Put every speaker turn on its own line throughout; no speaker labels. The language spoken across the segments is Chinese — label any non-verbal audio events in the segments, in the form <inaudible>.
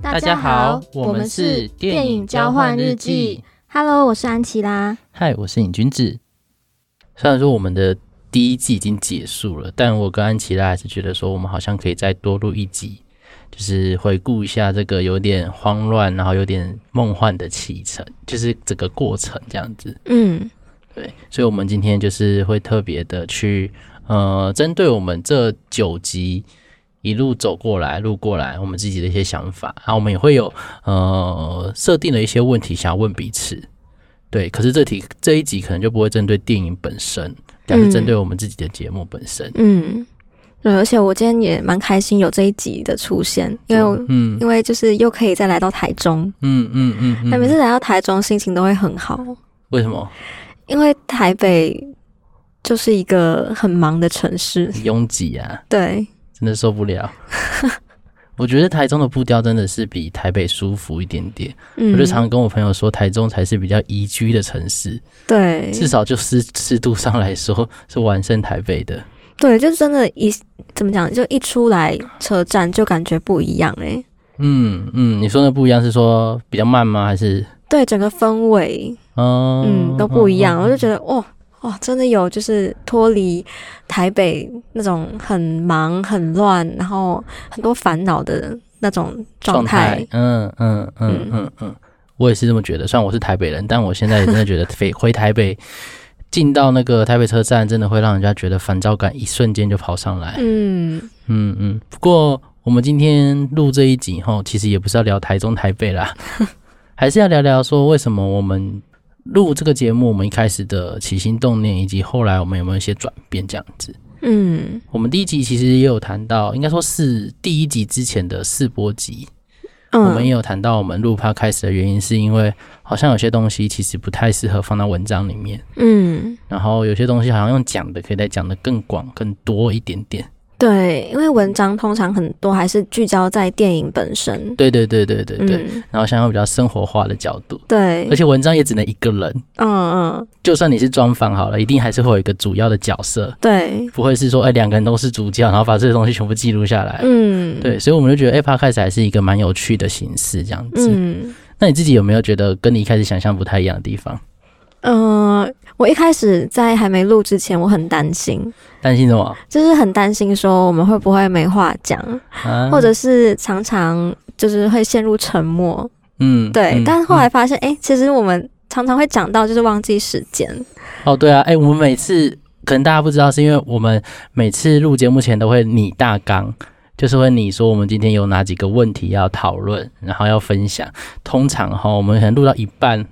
大家好，我们是电影交换日记。。
Hello，我是安琪拉。
嗨，我是尹君子。虽然说我们的第一季已经结束了，但我跟安琪拉还是觉得说，我们好像可以再多录一集，就是回顾一下这个有点慌乱，然后有点梦幻的启程，就是整个过程这样子。
嗯，
对，所以我们今天就是会特别的去，呃，针对我们这九集一路走过来、录过来，我们自己的一些想法，然后我们也会有呃设定了一些问题想要问彼此。对，可是这题这一集可能就不会针对电影本身，但是针对我们自己的节目本身。
嗯，对，而且我今天也蛮开心有这一集的出现，因为我、
嗯
因为就是又可以再来到台中，
嗯嗯嗯嗯，
但每次来到台中心情都会很好，
为什么
因为台北就是一个很忙的城市。
拥挤啊？
对，
真的受不了。我觉得台中的步调真的是比台北舒服一点点。
嗯，
我就常跟我朋友说，台中才是比较宜居的城市，
对
至少就湿湿度上来说是完胜台北的。
对，就真的一怎么讲，就一出来车站就感觉不一样哎、
嗯嗯，你说的不一样是说比较慢吗？还是
对，整个氛围
哦
嗯，都不一样。我就觉
得
得，哇哇，真的有就是脱离台北那种很忙、很乱，然后很多烦恼的那种状态。。
嗯嗯嗯
嗯
嗯嗯，我也是这么觉得。虽然我是台北人，但我现在也真的觉得飞 <laughs> 回台北。进到那个台北车站，真的会让人家觉得烦躁感一瞬间就跑上来。
嗯，
嗯嗯，不过我们今天录这一集哈，其实也不是要聊台中、台北
<laughs>
啦，还是要聊聊说为什么我们录这个节目，我们一开始的起心动念，以及后来我们有没有一些转变这样子。
嗯，
我们第一集其实也有谈到，应该说是第一集之前的四波集，我们
嗯，
也有谈到我们录 p 开始的原因，是因为好像有些东西其实不太适合放到文章里面，
嗯，
然后有些东西好像用讲的可以再讲的更广、更多一点
嗯
点。
对，因为文章通常很多还是聚焦在电影本身。
对对对对对对。
嗯，
然后想要比较生活化的角度，
对
而，且文章也只能一个人，
嗯嗯，
就算你是专访好了，一定还是会有一个主要的角色，
对，
不会是说哎两个人都是主角，然后把这些东西全部记录下来。
嗯，，
对，所以我们就觉得 Apple 开始还是一个蛮有趣的形式这样子。
嗯。
那你自己有没有觉得跟你一开始想象不太一样的地方？
呃，我一开始在还没录之前，我很担心，
担心什么？
就是很担心说我们会不会没话讲，
啊
或者是常常就是会陷入沉默。
嗯
对，
嗯
但是后来
嗯
发现，哎、其实我们常常会讲到就是忘记时间。
哦对啊，哎、我们每次可能大家不知道，是因为我们每次录节目前都会拟大纲。就是会你说我们今天有哪几个问题要讨论，然后要分享。通常哈，我们可能录到一半，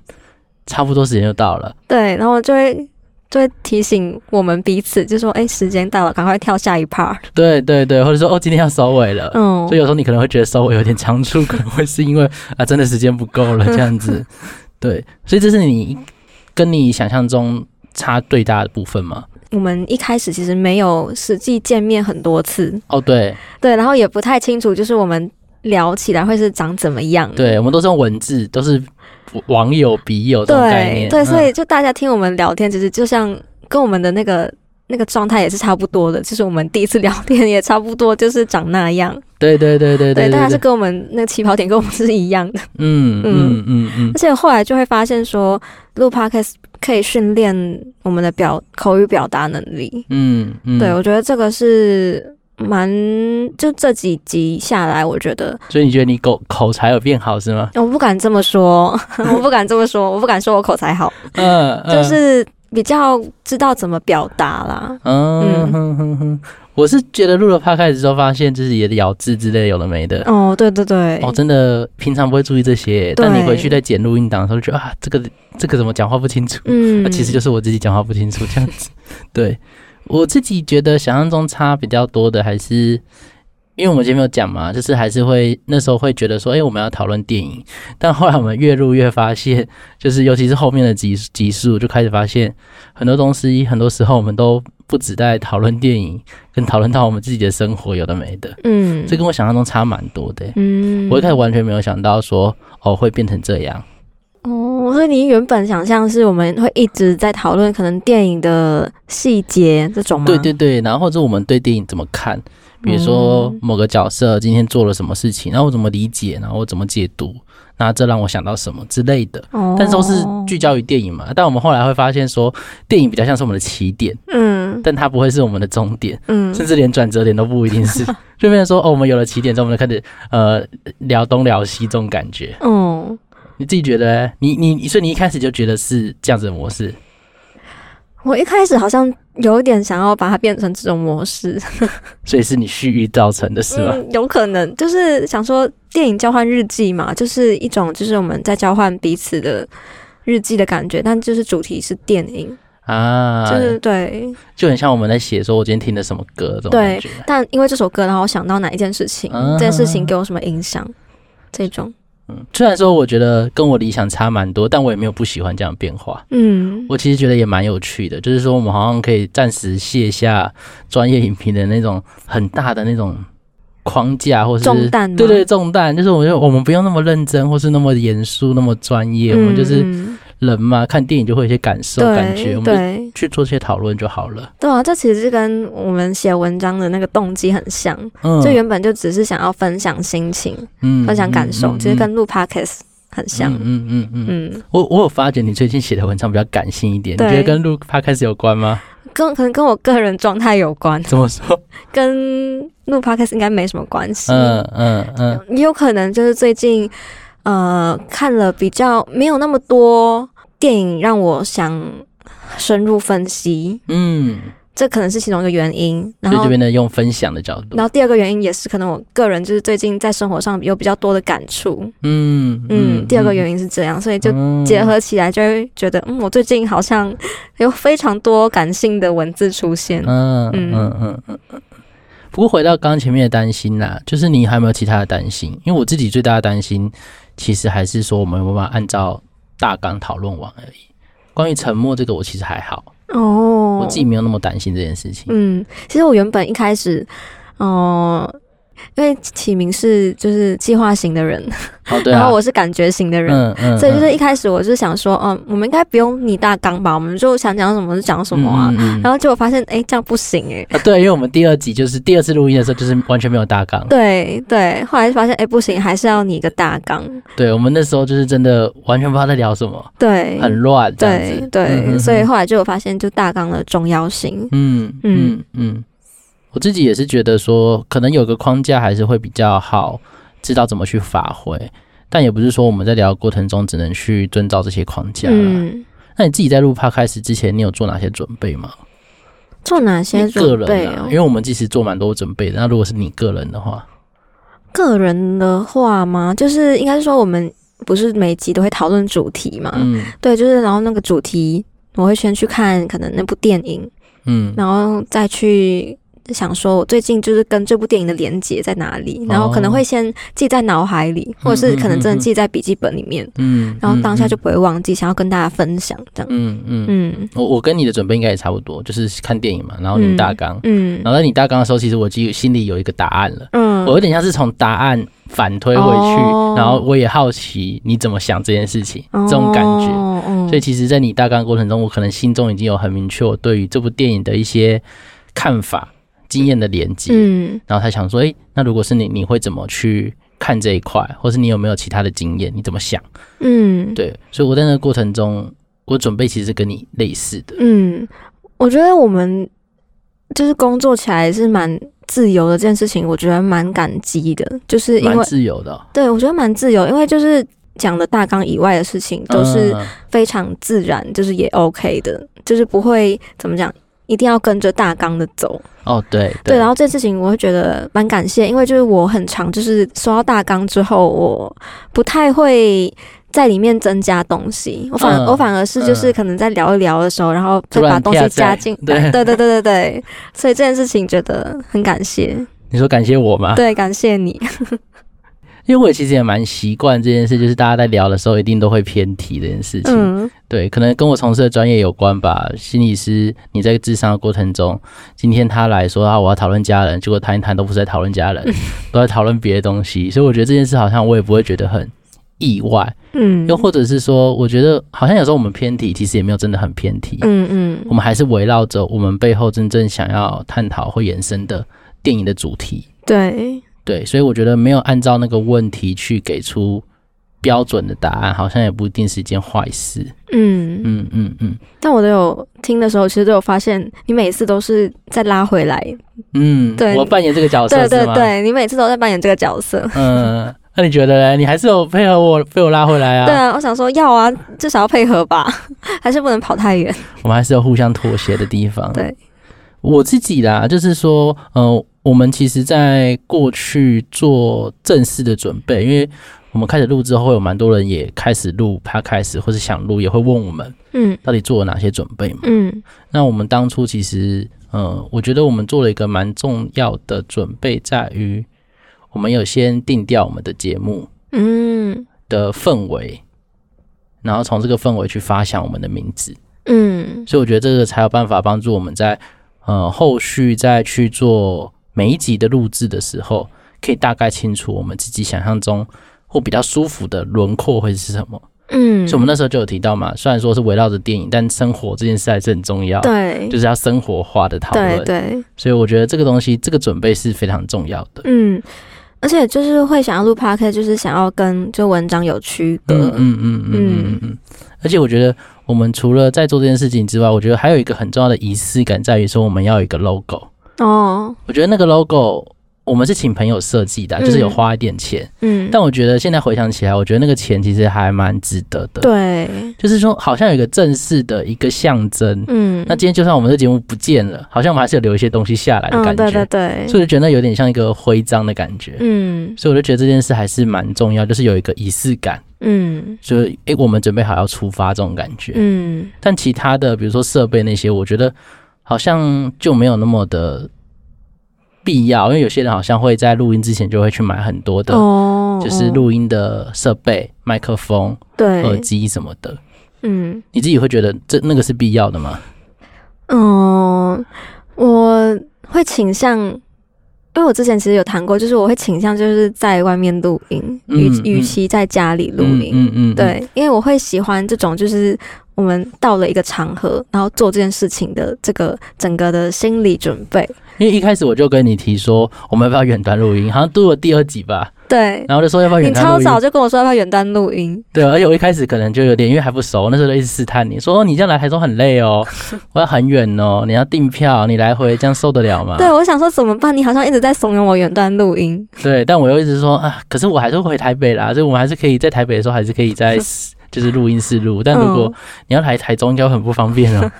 差不多时间就到了。
对，然后就会就会提醒我们彼此，就说，哎、时间到了，赶快跳下一 part。
对对对，或者说哦，今天要收尾了。
嗯
所以，有时候你可能会觉得收尾有点仓促，可能会是因为啊，真的时间不够了这样子。对，所以这是你跟你想象中差最大的部分吗？
我们一开始其实没有实际见面很多次，
哦，对
对，然后也不太清楚，就是我们聊起来会是长怎么样。
对，我们都是用文字，都是网友笔友这种概
对
念。
对，所
嗯
以就大家听我们聊天，其实就像跟我们的那个那个状态也是差不多的，就是我们第一次聊天也差不多，就是长那样。
对对对对
对，
对
大家
对
是跟我们那个起跑点跟我们是一样
<laughs>
的。
嗯嗯嗯嗯
而，且后来就会发现说，录 podcast 可以训练我们的表口语表达能力。
嗯嗯，
对，我觉得这个是蛮就这几集下来，我觉得
所以你觉得你口口才有变好是吗？
我不敢这么说， <laughs> 我不敢这么说，我不敢说我口才好，
嗯，嗯
就是比较知道怎么表达啦。
嗯
嗯
哼哼哼，我是觉得录了 p 开始之后，发现自己的咬字之类的有了没的。
哦，对对对，
哦，真的，平常不会注意这些，
对
但你回去再剪录音档的时候，就觉得啊，这个这个怎么讲话不清楚？
嗯，
呃那、其实就是我自己讲话不清楚这样子。 <laughs> 对我自己觉得想象中差比较多的，还是因为我们前面有讲嘛，就是还是会那时候会觉得说，哎、我们要讨论电影，但后来我们越录越发现，就是尤其是后面的集集数，就开始发现很多东西，很多时候我们都不止在讨论电影，跟讨论到我们自己的生活有的没的，
嗯，
这跟我想象中差蛮多的、
嗯，
我一开始完全没有想到说哦会变成这样，
哦，所以你原本想象是我们会一直在讨论可能电影的细节这种吗？
对对对，然后或者我们对电影怎么看，比如说
嗯
某个角色今天做了什么事情，然后我怎么理解，然后我怎么解读，那这让我想到什么之类的。
哦
但是都是聚焦于电影嘛，但我们后来会发现说，电影比较像是我们的起点，
嗯
但它不会是我们的终点，
嗯
甚至连转折点都不一
<laughs>
定是。就变成说，哦，我们有了起点之后，我们就开始呃聊东聊西这种感觉。
嗯，
你自己觉得欸，你你所以你一开始就觉得是这样子的模式，
我一开始好像有点想要把它变成这种模式，
所以是你蓄意造成的，是吗？
嗯，有可能就是想说电影交换日记嘛，就是一种就是我们在交换彼此的日记的感觉，但就是主题是电影，
啊，
就是对，
就很像我们在写说我今天听了什么歌这种
对
感觉。
但因为这首歌，然后想到哪一件事情，
啊
这件事情给我什么影响，这种，
嗯，虽然说我觉得跟我理想差蛮多，但我也没有不喜欢这样的变化。
嗯，
我其实觉得也蛮有趣的，就是说我们好像可以暂时卸下专业影评的那种很大的那种框架，或是
重担嘛，
对对重担，就是我觉得我们不用那么认真，或是那么严肃、那么专业，
嗯，
我们就是
嗯
人嘛，看电影就会有一些感受、感觉，
对
我们
对
就去做这些讨论就好了。
对啊，这其实是跟我们写文章的那个动机很像，
嗯，
就原本就只是想要分享心情、
嗯
分享感受，
嗯
其实
嗯
跟录 podcast 很像，
嗯嗯嗯嗯，
嗯，
我我有发觉你最近写的文章比较感性一点，你
对
觉得跟录 podcast 有关
<laughs>
吗？
跟可能跟我个人状态有关，
怎么说？
跟录 podcast 应该没什么关系，
嗯嗯嗯，
也有可能就是最近呃看了比较没有那么多电影，让我想深入分析，
嗯，
这可能是其中一个原因。然
所以
后
这，边呢用分享的角度
然，后第二个原因也是可能我个人就是最近在生活上有比较多的感触，
嗯
嗯，第二个原
因
因是这样，所以就。结合起来就会觉得，嗯，我最近好像有非常多感性的文字出现。
嗯嗯
嗯
嗯嗯嗯嗯。不过回到刚刚前面的担心啦，就是你还有没有其他的担心？因为我自己最大的担心，其实还是说我们有没有办法按照大纲讨论完而已。关于沉默这个，我其实还好，
哦
我自己没有那么担心这件事情。
嗯，其实我原本一开始，哦、因为启明是就是计划型的人，
哦，对啊，
然后我是感觉型的人，
嗯嗯，
所以就是一开始我就想说，嗯，我们应该不用拟大纲吧，我们就想讲什么就讲什么啊。
嗯嗯嗯嗯
然后结果发现，哎、这样不行哎、
<laughs> 啊，对，因为我们第二集就是第二次录音的时候，就是完全没有大纲。
对对，后来就发现，哎、不行，还是要拟一个大纲。
对，我们那时候就是真的完全不知道在聊什么，
对，
很乱这样
对
子。
对、
嗯嗯
所以后来就有发现，就大纲的重要性。
嗯嗯嗯，我自己也是觉得说，可能有个框架还是会比较好，知道怎么去发挥。但也不是说我们在聊的过程中只能去遵照这些框架啦。
嗯，
那你自己在录 p 开始之前，你有做哪些准备吗？
做哪些
你个
准备
人啊，
哦
因？为我们其实做蛮多准备的。那如果是你个人的话，
个人的话吗？就是应该说我们不是每集都会讨论主题嘛？
嗯
对，就是然后那个主题，我会先去看可能那部电影，
嗯，
然后再去想说我最近就是跟这部电影的连接在哪
哦
里，然后可能会先记在脑海里，或者是可能真的记在笔记本里面，
嗯，
然后当下
嗯
就不会忘记，想要跟大家分享这样。
嗯嗯嗯
嗯
我我跟你的准备应该也差不多，就是看电影嘛，然后你大纲，
嗯
然后在你大纲的时候，其实我就心里有一个答案了。
嗯
哦我有点像是从答案反推回去，
哦
然后我也好奇你怎么想这件事情，这种感觉。
哦嗯
所以其实，在你大纲过程中，我可能心中已经有很明确我对于这部电影的一些看法、经验的连接，
嗯
然后才想说，诶，那如果是你，你会怎么去看这一块，或是你有没有其他的经验，你怎么想？
嗯
对，所以我在那个过程中，我准备其实跟你类似的。
嗯，我觉得我们就是工作起来是蛮自由的这件事情，我觉得蛮感激的，就是因
蛮
为
自由的哦、
对我觉得蛮自由，因为就是讲的大纲以外的事情都是
嗯
非常自然，就是也 OK 的，就是不会怎么讲。一定要跟着大纲的走，
哦，对
对，然后这件事情我会觉得蛮感谢，因为就是我很常就是收到大纲之后，我不太会在里面增加东西，我反、
嗯
我反而是就是
嗯
可能在聊一聊的时候，然后再
突然
把东西
跳
加
在
进
对
来，对对对对对，所以这件事情觉得很感谢，
你说感谢我吗？，
对，感谢你，
因为我其实也蛮习惯这件事，就是大家在聊的时候一定都会偏题这件事情。
嗯
对，可能跟我从事的专业有关吧。心理师，你在智商的过程中，今天他来说啊，我要讨论家人，结果谈一谈都不是在讨论
<laughs>
家人，都在讨论别的东西。所以我觉得这件事好像我也不会觉得很意外，
嗯，
又或者是说，我觉得好像有时候我们偏题，其实也没有真的很偏题。
嗯嗯
我们还是围绕着我们背后真正想要探讨或延伸的电影的主题。
对，
对，所以我觉得没有按照那个问题去给出标准的答案，好像也不一定是一件坏事。
嗯，
嗯嗯嗯
但我都有听的时候，其实都有发现，你每次都是再拉回来，
嗯，
对
我扮演这个角色
对
是
对
吗？
对，你每次都在扮演这个角色。
嗯，那你觉得嘞？你还是有配合我，被我拉回来
对
啊？
啊，我想说要啊，至少要配合吧， <laughs> 还是不能跑太远。
我们还是有互相妥协的地方。
对，
我自己啦，就是说，呃，我们其实在过去做正式的准备，因为我们开始录之后，会有蛮多人也开始录 p 开始或是想录，也会问我们
嗯
到底做了哪些准备嘛。
嗯
那我们当初其实，呃，我觉得我们做了一个蛮重要的准备，在于我们有先定调我们的节目
嗯
的氛围，然后从这个氛围去发想我们的名字。
嗯
所以我觉得这个才有办法帮助我们在呃后续再去做每一集的录制的时候，可以大概清楚我们自己想象中或比较舒服的轮廓会是什么。
嗯
所以我们那时候就有提到嘛，虽然说是围绕着电影，但生活这件事还是很重要，
对
就是要生活化的讨
对
论。
对，
所以我觉得这个东西，这个准备是非常重要的。
嗯，而且就是会想要录 p o d c a s t 就是想要跟就文章有区隔。
嗯嗯嗯嗯嗯嗯嗯。而且我觉得我们除了在做这件事情之外，我觉得还有一个很重要的仪式感，在于说我们要有一个 logo。
哦，
我觉得那个 logo 我们是请朋友设计的啊，
嗯
就是有花一点钱。
嗯，
但我觉得现在回想起来，我觉得那个钱其实还蛮值得的。，
对，
就是说好像有一个正式的一个象征。
嗯，
那今天就算我们的节目不见了，好像我们还是有留一些东西下来的
嗯，
感觉。
对对对，
所以我就觉得那有点像一个徽章的感觉。
嗯
所以我就觉得这件事还是蛮重要，就是有一个仪式感，
嗯
就是诶、我们准备好要出发这种感觉。
嗯
但其他的，比如说设备那些，我觉得好像就没有那么的必要，因为有些人好像会在录音之前就会去买很多的，
哦，
就是录音的设备、麦克风、耳
对，
机什么的。
嗯
你自己会觉得这那个是必要的吗？
嗯，我会倾向，因为我之前其实有谈过，就是我会倾向就是在外面录音，与
嗯
与
嗯
其在家里录
嗯
音，
嗯嗯，嗯，
对，因为我会喜欢这种，就是我们到了一个场合，然后做这件事情的这个整个的心理准备。
因为一开始我就跟你提说，我们要不要远端录音，好像录了第二集吧，
对，
然后就说要不要
你
远端
超
录
早
音，
就跟我说要不要远端录音，
对，而且我一开始可能就有点因为还不熟，那时候就一直试探你说、哦、你这样来台中很累哦，我要很远哦，你要订票，你来回这样受得了吗？
对我想说怎么办？你好像一直在怂恿我远端录音。
对，但我又一直说啊，可是我还是会回台北啦，所以我们还是可以在台北的时候，还是可
<laughs>
以在就是录音室录。但如果
嗯
你要来台中，应该会很不方便
<laughs>
哦。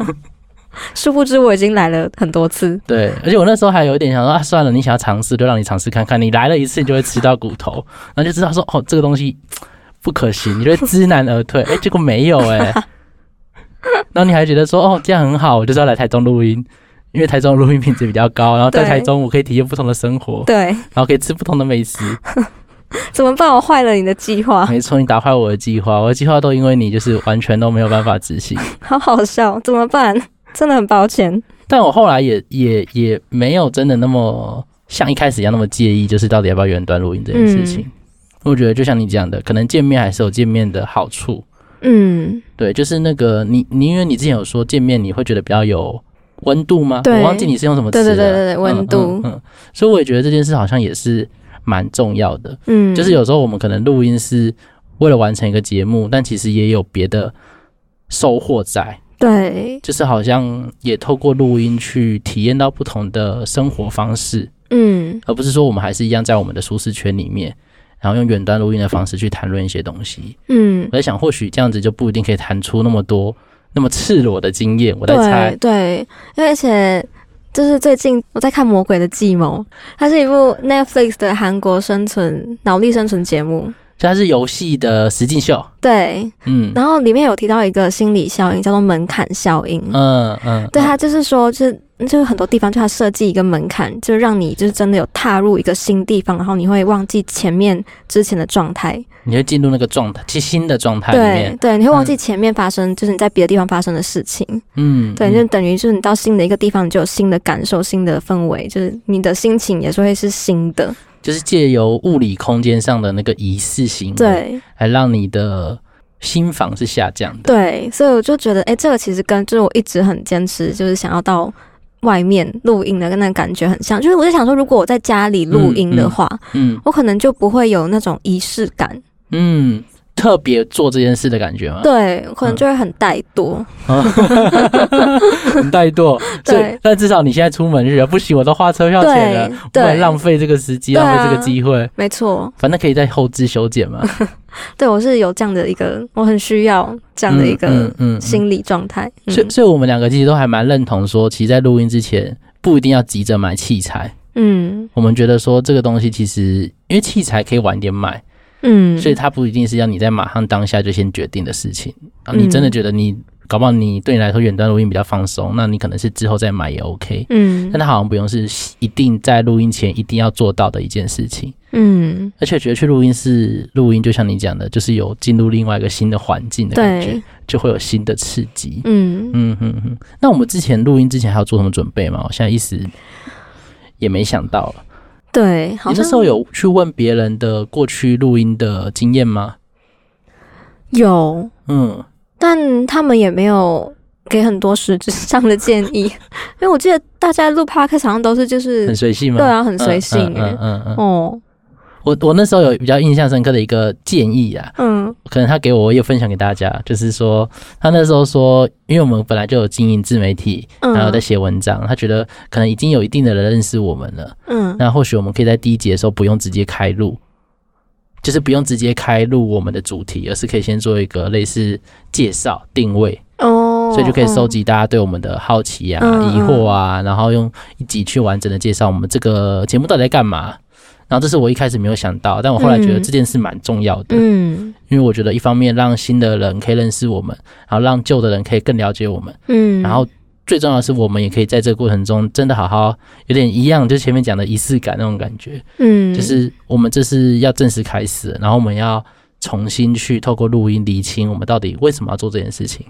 殊不知我已经来了很多次。
对，而且我那时候还有一点想说啊，算了，你想要尝试就让你尝试看看，你来了一次你就会吃到骨头，然后就知道说哦，这个东西不可行，你就会知难而退。哎、结果没有
<laughs>
哎、然后你还觉得说哦，这样很好，我就是要来台中录音。因为台中的录音品质比较高，然后在
对
台中我可以体验不同的生活，
对，
然后可以吃不同的美食，
怎么办？我坏了你的计划，
<laughs> 没错，你打坏我的计划，我的计划都因为你就是完全都没有办法执行。 <laughs>
好好笑，怎么办？真的很抱歉。
但我后来也也也没有真的那么像一开始一样那么介意，就是到底要不要远端录音这件事
嗯
情。我觉得就像你讲的，可能见面还是有见面的好处。
嗯，
对，就是那个你你因为你之前有说见面你会觉得比较有温度吗？
对
我忘记你是用什么词了。
对对对对对温度
嗯嗯嗯所以我也觉得这件事好像也是蛮重要的。
嗯，
就是有时候我们可能录音是为了完成一个节目，但其实也有别的收获在，
对，
就是好像也透过录音去体验到不同的生活方式，
嗯
而不是说我们还是一样在我们的舒适圈里面，然后用远端录音的方式去谈论一些东西。
嗯
我，在想，或许这样子就不一定可以谈出那么多那么赤裸的经验。我在
对
猜，
对，因为而且就是最近我在看《魔鬼的计谋》，它是一部 Netflix 的韩国生存脑力生存节目。
就它是游戏的实境秀，
对，
嗯
然后里面有提到一个心理效应，叫做门槛效应。
嗯嗯，
对，它就是说，就是就是很多地方，就它设计一个门槛，就是让你就是真的有踏入一个新地方，然后你会忘记前面之前的状态。
你会进入那个状态，其实新的状态里
对
面，
对，你会忘记前面发生，就是你在别的地方发生的事情。
嗯，
对，
嗯
就等于就是你到新的一个地方，你就有新的感受、新的氛围，就是你的心情也是会是新的。
就是借由物理空间上的那个仪式行为，，
对
来让你的心房是下降的。
对，所以我就觉得，哎、这个其实跟就是我一直很坚持，就是想要到外面录音的跟那感觉很像，就是我就想说，如果我在家里录音的话，
嗯
我可能就不会有那种仪式感，
嗯，特别做这件事的感觉吗？
对，我可
嗯
能就会很怠惰。
<laughs> 很怠惰，
对
所以但至少你现在出门日啊，不行，我都花车票钱了
对，
不能
对，
浪费这个时机，
对啊
浪费这个机会，
没错，
反正可以在后置修剪嘛，
对我是有这样的一个，我很需要这样的一个
嗯
心理状态。嗯
所以，所以我们两个其实都还蛮认同说，其实，在录音之前不一定要急着买器材。
嗯
我们觉得说这个东西其实，因为器材可以晚点买，
嗯，
所以它不一定是要你在马上当下就先决定的事情。啊，你
嗯
真的觉得你、搞不好你对你来说远端录音比较放松，那你可能是之后再买也 OK。
嗯
但它好像不用是一定在录音前一定要做到的一件事情。
嗯，
而且觉得去录音室录音，就像你讲的，就是有进入另外一个新的环境的感觉
对，，
就会有新的刺激。
嗯。
嗯哼哼，那我们之前录音之前还要做什么准备吗？我现在一时也没想到了。
对，好
你
像
那时候有去问别人的过去录音的经验吗？
有，
嗯，
但他们也没有给很多实质上的建议， <laughs> 因为我记得大家录 podcast 好像都是就是
很随性吗？
对啊，很随性
嗯
哎、
嗯嗯嗯嗯
哦，
我我那时候有比较印象深刻的一个建议啊，
嗯
可能他给我，我也分享给大家，就是说他那时候说，因为我们本来就有经营自媒体，
嗯，
然后在写文章，他觉得可能已经有一定的人认识我们了。
嗯
那或许我们可以在第一集的时候不用直接开录，就是不用直接开录我们的主题，而是可以先做一个类似介绍定位，
哦，
所以就可以收集大家对我们的好奇啊、
嗯
疑惑啊，然后用一集去完整的介绍我们这个节目到底在干嘛。然后这是我一开始没有想到，但我后来觉得
嗯
这件事蛮重要的，
嗯，
因为我觉得一方面让新的人可以认识我们，然后让旧的人可以更了解我们，
嗯嗯，
然后最重要的是我们也可以在这个过程中真的好好有点一样，就前面讲的仪式感那种感觉，
嗯，
就是我们这是要正式开始，然后我们要重新去透过录音厘清我们到底为什么要做这件事情，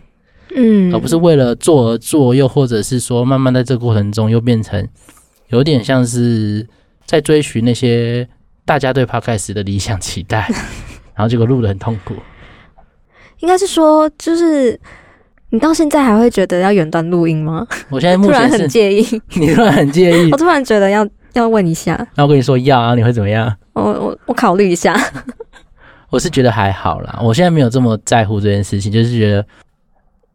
嗯，
哦而不是为了做而做，又或者是说慢慢在这个过程中又变成有点像是在追寻那些大家对 podcast 的理想期
<laughs>
待，然后结果录得很痛苦。
应该是说就是。你到现在还会觉得要远端录音吗？
我现在目
突然
前
很
是
介意，
你突然很介
<laughs>
意
我，突然觉得要要问一下，
那我跟你说要啊，你会怎么样？
我我我考虑一下。 <laughs>
我是觉得还好啦，我现在没有这么在乎这件事情，就是觉得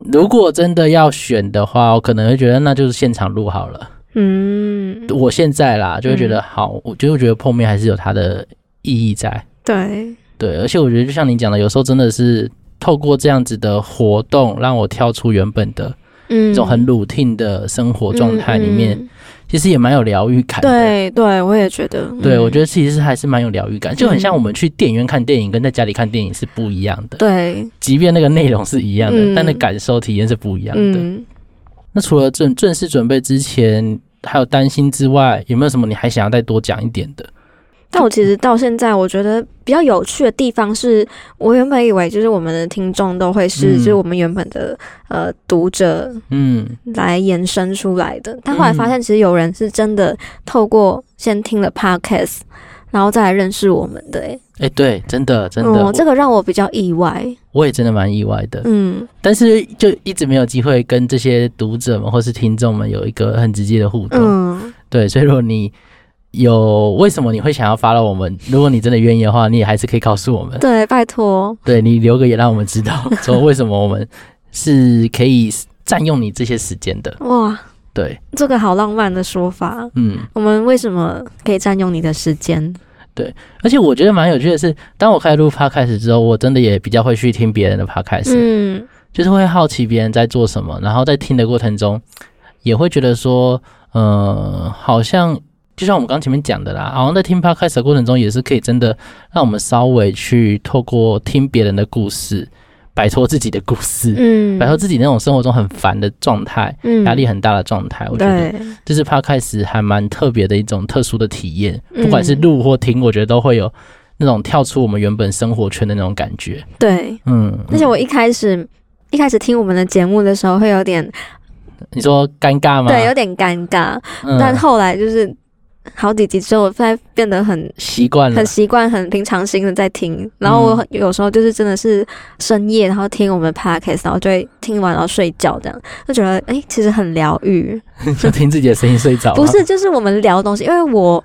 如果真的要选的话，我可能会觉得那就是现场录好了。
嗯，
我现在啦，就会觉得
嗯
好，我就会觉得碰面还是有它的意义在。
对，
对，而且我觉得就像你讲的，有时候真的是透过这样子的活动，让我跳出原本的
嗯，
这种很 routine 的生活状态里面，
嗯嗯
其实也蛮有疗愈感的。
对对，我也觉得，
对，
嗯
我觉得其实还是蛮有疗愈感，就很像我们去电影院看电影跟在家里看电影是不一样的。
对，
即便那个内容是一样的，
嗯
但那感受体验是不一样的。
嗯，
那除了正正式准备之前，还有担心之外，有没有什么你还想要再多讲一点的？
但我其实到现在，我觉得比较有趣的地方是，我原本以为就是我们的听众都会是，
嗯
就是我们原本的呃读者
嗯
来延伸出来的，但后来
嗯
发现其实有人是真的透过先听了 podcast，然后再来认识我们的、欸，
哎、对，真的真的，
嗯，
我
这个让我比较意外，
我也真的蛮意外的，
嗯
但是就一直没有机会跟这些读者们或是听众们有一个很直接的互动。
嗯，
对，所以如果你有为什么你会想要发到我们，如果你真的愿意的话，你也还是可以告诉我们。
对，拜托，
对你留个言让我们知道，说为什么我们是可以占用你这些时间的。
哇，
对，
这个好浪漫的说法，
嗯，
我们为什么可以占用你的时间？
而且我觉得蛮有趣的是，当我开始录 podcast 之后，我真的也比较会去听别人的 podcast，、
嗯
就是会好奇别人在做什么，然后在听的过程中，也会觉得说，呃，好像就像我们刚前面讲的啦，好像在听 podcast 的过程中，也是可以真的让我们稍微去透过听别人的故事，摆脱自己的故事，
嗯，
摆脱自己那种生活中很烦的状态。
嗯
压力很大的状态，我觉得
对，
这是 podcast 还蛮特别的一种特殊的体验，
嗯
不管是录或听，我觉得都会有那种跳出我们原本生活圈的那种感觉。
对，
嗯，
而且我一开始一开始听我们的节目的时候会有点
你说尴尬吗？
对有点尴尬，
啊嗯
但后来就是好几集之后，我现在变得很
习惯了
很，习惯、很平常心的在听。然后
嗯
我有时候就是真的是深夜，然后听我们的 podcast，然后就会听完然后睡觉，这样就觉得哎、诶其实很疗愈。
就听自己的声音睡着了。
不是，就是我们聊的东西，因为我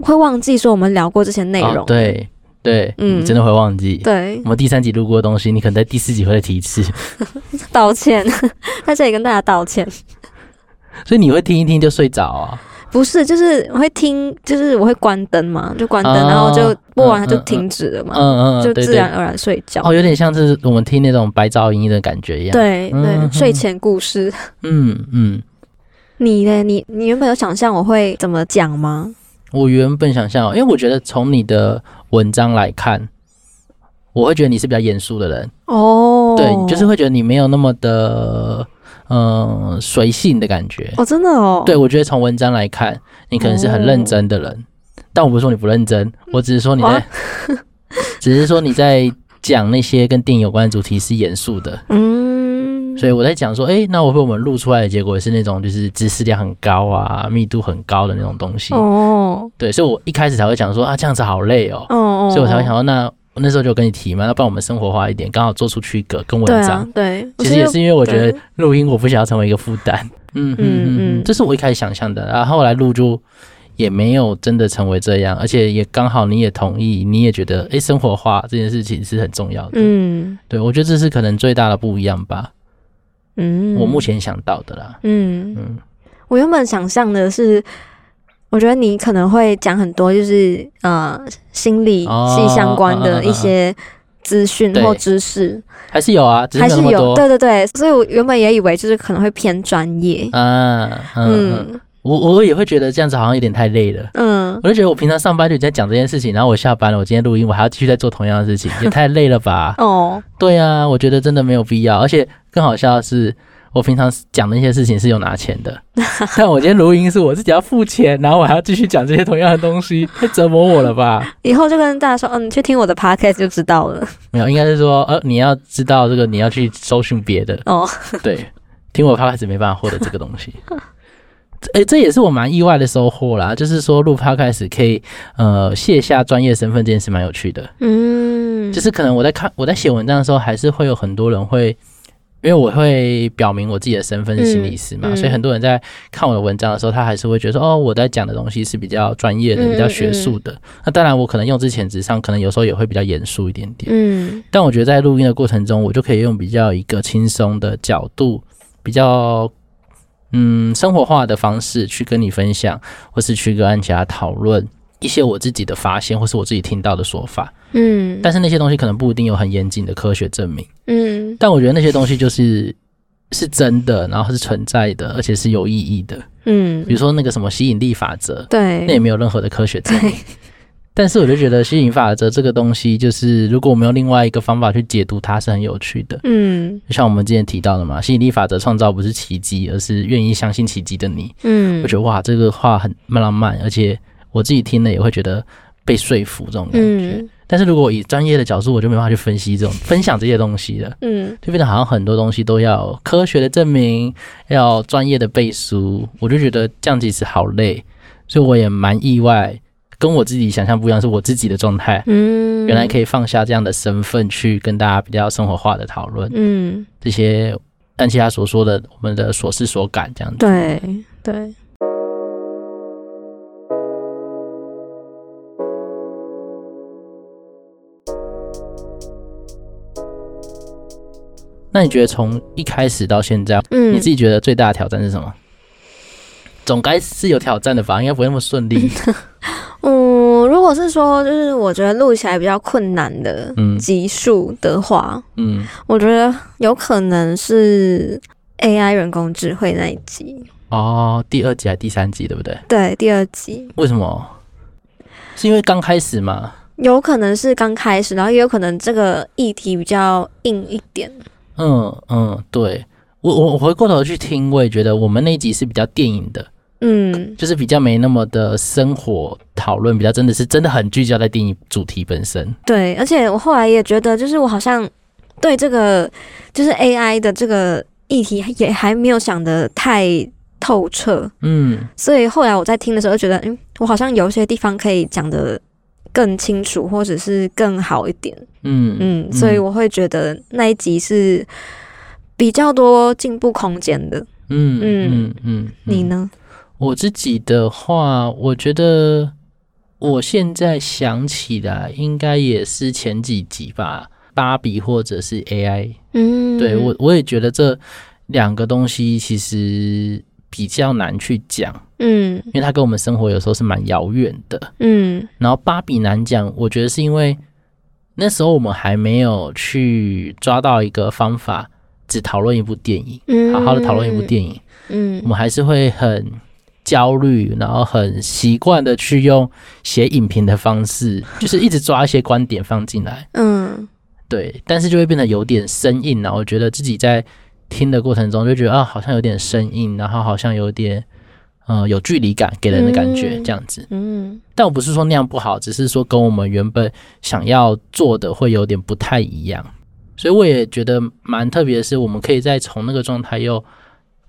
会忘记说我们聊过这些内容。
哦对对，
嗯
你真的会忘记。
对
我，们第三集录过的东西，你可能在第四集会再提一次，
道歉， <laughs> 在这里跟大家道歉。
<laughs> 所以你会听一听就睡着啊、
不是，就是我会听，就是我会关灯嘛，就关灯，
哦
然后就播完
嗯
它就
嗯
停止了嘛，
嗯嗯，
就
对
自
对
然。而然睡觉。
哦，有点像是我们听那种白噪音的感觉一样。，
对对，
嗯嗯
睡前故事。
嗯嗯。
你呢？你你原本有想象我会怎么讲吗？
我原本想象哦，因为我觉得从你的文章来看，我会觉得你是比较严肃的人，
哦，
对，就是会觉得你没有那么的嗯、呃随性的感觉。
哦，真的哦，
对，我觉得从文章来看，你可能是很认真的人，但我不是说你不认真，我只是说你在， <laughs> 只是说你在讲那些跟电影有关的主题是严肃的。
嗯，
所以我在讲说，诶，那我会我们录出来的结果是那种就是知识量很高啊、密度很高的那种东西。
哦
对，所以我一开始才会讲说啊，这样子好累哦
哦，哦，
所以我才会想到那我那时候就跟你提嘛，那不然我们生活化一点，刚好做出区隔跟
对
文章。
啊，对，
其实也是因为我觉得
对
录音我不想要成为一个负担，嗯嗯
嗯
嗯
嗯
嗯，这是我一开始想象的，然后后来录就也没有真的成为这样，而且也刚好你也同意，你也觉得诶，生活化这件事情是很重要的，
嗯
对我觉得这是可能最大的不一样吧，
嗯，
我目前想到的啦，
嗯，
嗯
我原本想象的是，我觉得你可能会讲很多，就是呃心理
哦
系相关
嗯嗯
的
嗯
一些资讯
对
或知识，
还是有啊，只是
还
没有
是
那么
有，
多。
对对对，所以我原本也以为就是可能会偏专业，
啊，嗯，嗯
嗯
我我也会觉得这样子好像有点太累了，
嗯，
我就觉得我平常上班就已经在讲这件事情，然后我下班了，我今天录音，我还要继续再做同样的事情，也太累了吧？
哦，
对啊，我觉得真的没有必要。而且更好笑的是，我平常讲的一些事情是有拿钱的，但我今天录音是我自己要付钱，然后我还要继续讲这些同样的东西，太折磨我
<laughs>
了吧？
以后就跟大家说，嗯、你去听我的 podcast 就知道了，
没有，应该是说，呃，你要知道这个，你要去搜寻别的，
哦，
对，听我 p o d 没办法获得这个东西。哎、这也是我蛮意外的收获啦，就是说录 p 开始可以呃卸下专业身份这件事蛮有趣的。
嗯，
就是可能我在看我在写文章的时候，还是会有很多人会，因为我会表明我自己的身份是心理师嘛，
嗯嗯
所以很多人在看我的文章的时候，他还是会觉得说，哦，我在讲的东西是比较专业的、
嗯
比较学术的。那当然，我可能用之前职上，可能有时候也会比较严肃一点点。
嗯
但我觉得在录音的过程中，我就可以用比较一个轻松的角度，比较嗯生活化的方式去跟你分享，或是去跟安琪拉讨论一些我自己的发现，或是我自己听到的说法。
嗯
但是那些东西可能不一定有很严谨的科学证明，
嗯
但我觉得那些东西就是是真的，然后是存在的，而且是有意义的。比
嗯，
如说那个什么吸引力法则，那也
对
没有任何的科学证明。
对，
但是我就觉得吸引法则这个东西，就是如果我们用另外一个方法去解读它，是很有趣的。
嗯
就像我们之前提到的嘛，吸引力法则创造不是奇迹，而是愿意相信奇迹的你。
嗯
我觉得哇，这个话很浪漫，而且我自己听了也会觉得被说服这种感觉。
嗯
但是如果以专业的角度，我就没办法去分析这种分享这些东西了，
嗯
就变得好像很多东西都要有科学的证明，要专业的背书，我就觉得这样其实好累，所以我也蛮意外，跟我自己想象不一样，是我自己的状态，
嗯，
原来
以，
可以放下这样的身份去跟大家比较生活化的讨论
嗯，
这些。但其他所说的我们的所思所感这样子，
对对，
那你觉得从一开始到现在，
嗯，
你自己觉得最大的挑战是什么？总该是有挑战的吧，应该不会那么顺
<laughs>
利。
嗯，如果是说就是我觉得录起来比较困难的
嗯
集数的话，
嗯，
我觉得有可能是 AI 人工智慧那一集，
哦，第二集还是第三集，对不对？
对，第二集
为什么？是因为刚开始嘛？
有可能是刚开始，然后也有可能这个议题比较硬一点，
嗯嗯，对我我我回过头去听，我也觉得我们那一集是比较电影的，
嗯
就是比较没那么的生活讨论，比较真的是真的很聚焦在电影主题本身。
对，而且我后来也觉得，就是我好像对这个就是 AI 的这个议题也还没有想的太透彻。
嗯，
所以后来我在听的时候就觉得，嗯，我好像有一些地方可以讲的更清楚，或者是更好一点。
嗯
嗯，所以我会觉得那一集是比较多进步空间的。
嗯
嗯
嗯嗯，
你呢？
我自己的话，我觉得我现在想起来，应该也是前几集吧，芭比或者是 AI
嗯，
对我，我也觉得这两个东西其实比较难去讲，
嗯
因为它跟我们生活有时候是蛮遥远的。
嗯
然后芭比难讲，我觉得是因为那时候我们还没有去抓到一个方法，只讨论一部电影，
嗯，
好好的讨论一部电影。
嗯，
我
嗯
们还是会很焦虑，然后很习惯的去用写影评的方式，就是一直抓一些观点放进来。
嗯
对，但是就会变得有点生硬然后我觉得自己在听的过程中就觉得啊，好像有点生硬，然后好像有点呃有距离感给人的感觉
嗯
这样子。
嗯
但我不是说那样不好，只是说跟我们原本想要做的会有点不太一样。所以我也觉得蛮特别的是，我们可以再从那个状态又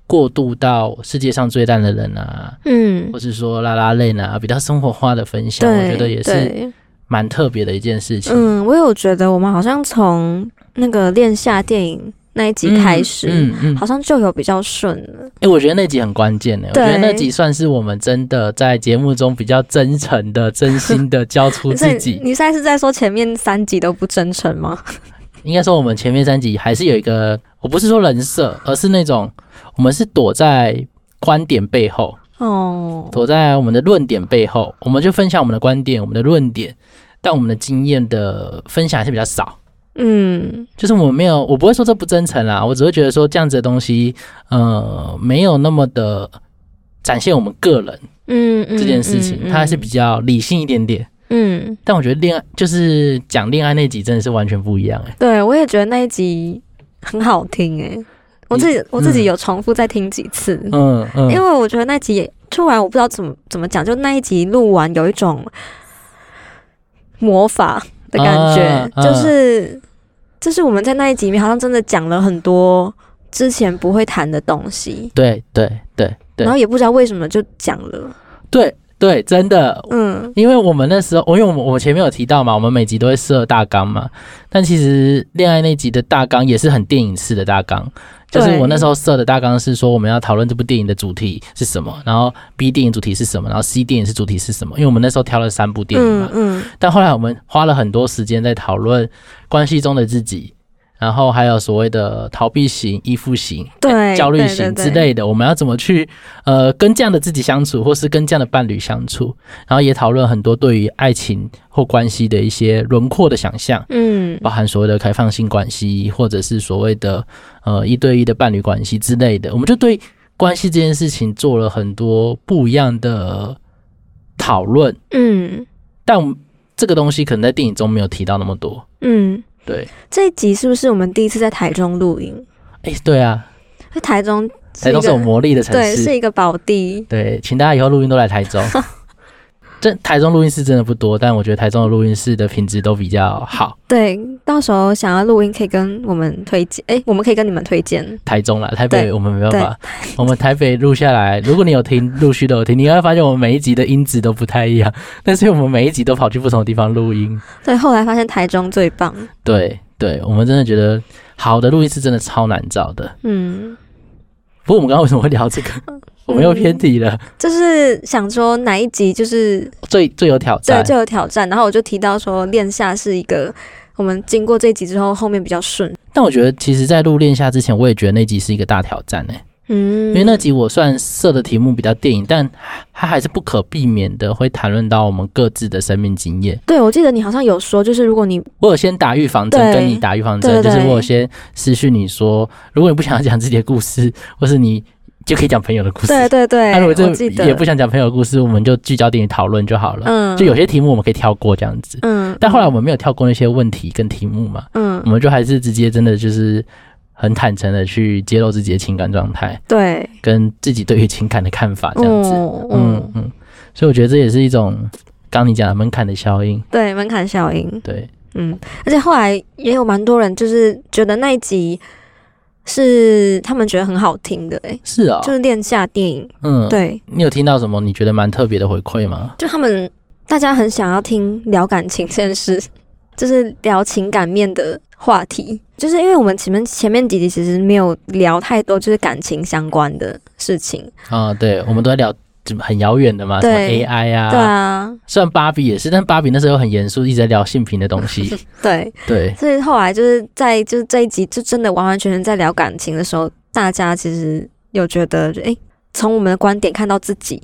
过渡到世界上最烂的人啊，
嗯，
或是说拉拉类啊，比较生活化的分享，我
对
觉得也是
对
蛮特别的一件事情。
嗯，我有觉得我们好像从那个恋夏电影那一集开始，
嗯嗯，哎、
好像就有比较顺了。
我觉得那集很关键呢、我觉得
对
那集算是我们真的在节目中比较真诚的、 <laughs> 真心的
<laughs>
交出
所以
自己。
你现在是在说前面三集都不真诚
<laughs>
吗？
应该说我们前面三集还是有一个，我不是说人设，而是那种我们是躲在观点背后，
哦，
躲在我们的论点背后，我们就分享我们的观点、我们的论点，但我们的经验的分享还是比较少。
嗯
就是我们没有，我不会说这不真诚啦，我只会觉得说这样子的东西，呃，没有那么的展现我们个人
嗯嗯，
这件事情，它还是比较理性一点点。
嗯。嗯
但我觉得恋爱就是讲恋爱那集真的是完全不一样哎、
对，我也觉得那一集很好听诶、我自己我自己有重复再听几次，
嗯嗯，
因为我觉得那集也突然我不知道怎么怎么讲，就那一集录完有一种魔法的感觉，
啊啊
就是就是我们在那一集里面好像真的讲了很多之前不会谈的东西，
对对对对
然后也不知道为什么就讲了，
对对，真的，
嗯
因为我们那时候，因为我们我前面有提到嘛，我们每集都会设大纲嘛，但其实恋爱那集的大纲也是很电影式的大纲，就是
对
我那时候设的大纲是说我们要讨论这部电影的主题是什么，然后 B 电影主题是什么，然后 C 电影是主题是什么，因为我们那时候挑了三部电影嘛，
嗯嗯
但后来我们花了很多时间在讨论关系中的自己。然后还有所谓的逃避型、依附型、
对
哎焦虑
哎对
型
对
之类的，我们要怎么去呃跟这样的自己相处，或是跟这样的伴侣相处？然后也讨论很多对于爱情或关系的一些轮廓的想象，
嗯
包含所谓的开放性关系，或者是所谓的呃一对一的伴侣关系之类的。我们就对关系这件事情做了很多不一样的讨论，
嗯
但我们这个东西可能在电影中没有提到那么多。
嗯，
对，
这一集是不是我们第一次在台中录音？
哎，对啊，
因为台中
台中
一
是
个
有魔力的城
对，
市，
是一个宝地。
对，请大家以后录音都来
<laughs>
台中。这台中录音室真的不多，但我觉得台中的录音室的品质都比较好。
对，到时候想要录音可以跟我们推荐，哎、我们可以跟你们推荐。
台中啦，台北
对
我们没办法，我们台北录下来，如果你有听，陆续都有听，你会发现我们每一集的音质都不太一样， <laughs> 但是我们每一集都跑去不同的地方录音。
对，后来发现台中最棒。
对对，我们真的觉得好的录音室真的超难找的。
嗯，
不过我们刚刚为什么会
<laughs>
聊这个？我们又偏题了，
就是想说哪一集就是
最最有挑
对
战。
最有挑战，然后我就提到说恋夏是一个我们经过这一集之后后面比较顺。
但我觉得，其实，在录恋夏之前，我也觉得那集是一个大挑战呢、
嗯，
因为那集我虽然设的题目比较电影，但它还是不可避免的会谈论到我们各自的生命经验。
对我记得你好像有说，就是如果你
我有先打预防针，
对
跟你打预防针，
对对
就
对
是我有先私讯你说，如果你不想要讲自己的故事，或是你就可以讲朋友的故事。
对对对，
那如果
我记
这
得
也不想讲朋友的故事，我们就聚焦点讨论就好了。
嗯
就有些题目我们可以跳过这样子，
嗯，
但后来我们没有跳过那些问题跟题目嘛，
嗯
我们就还是直接真的就是很坦诚的去揭露自己的情感状态，
对
跟自己对于情感的看法这样子。
嗯
嗯
嗯，
嗯，所以我觉得这也是一种刚你讲的门槛的效应，
对门槛效应。
对，
嗯，而且后来也有蛮多人就是觉得那一集是他们觉得很好听的、欸，哎，
是啊、
就是恋夏电影，
嗯，
对，
你有听到什么你觉得蛮特别的回馈吗？
就他们大家很想要听聊感情这件事， <laughs> 就是聊情感面的话题，就是因为我们前面前面几集其实没有聊太多就是感情相关的事情，
啊，对，我们都在聊怎么很遥远的嘛，什么
对
AI 啊，
对啊，
虽然芭比也是，但芭比那时候很严肃，一直在聊性平的东西。
<laughs> 对，
对，
所以后来就是在就是这一集就真的完完全全在聊感情的时候，大家其实有觉得就诶，从我们的观点看到自己，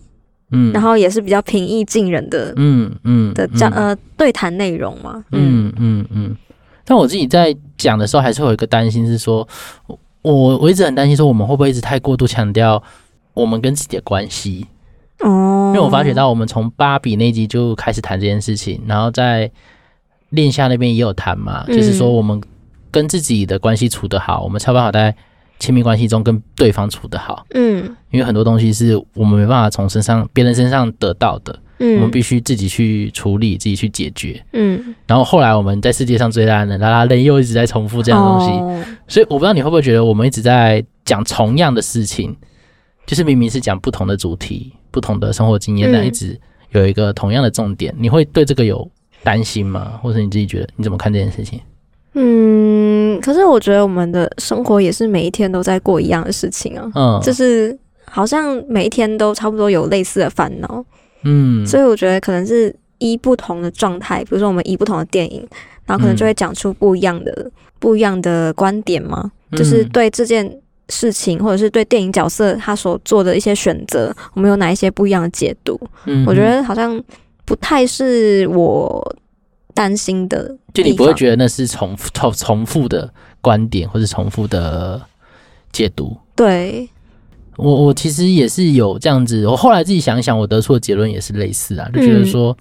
嗯，
然后也是比较平易近人的、
嗯嗯
的这样、呃对谈内容嘛，嗯
嗯嗯嗯。但我自己在讲的时候，还是会有一个担心，是说我我我一直很担心，说我们会不会一直太过度强调我们跟自己的关系？
哦，
因为我发觉到我们从芭比那集就开始谈这件事情，然后在恋夏那边也有谈嘛，
嗯
就是说我们跟自己的关系处得好，我们才有办法在亲密关系中跟对方处得好。
嗯
因为很多东西是我们没办法从身上别人身上得到的，我们
嗯
必须自己去处理、自己去解决。
嗯
然后后来我们在世界上最大的拉拉类又一直在重复这样的东西，
西，
所以我不知道你会不会觉得我们一直在讲同样的事情，就是明明是讲不同的主题、不同的生活经验，
嗯
但一直有一个同样的重点。你会对这个有担心吗？或者你自己觉得你怎么看这件事情？
嗯，可是我觉得我们的生活也是每一天都在过一样的事情啊，
嗯，
就是好像每一天都差不多有类似的烦恼，
嗯，
所以我觉得可能是依不同的状态，比如说我们依不同的电影，然后可能就会讲出不一样的、不一样的观点嘛，就是
嗯
对这件事情，或者是对电影角色他所做的一些选择，我们有哪一些不一样的解读？
嗯
我觉得好像不太是我担心的，
就你不会
地方
觉得那是重复重重复的观点或是重复的解读。
对，
我我其实也是有这样子，我后来自己想一想，我得出的结论也是类似啊，就觉得说，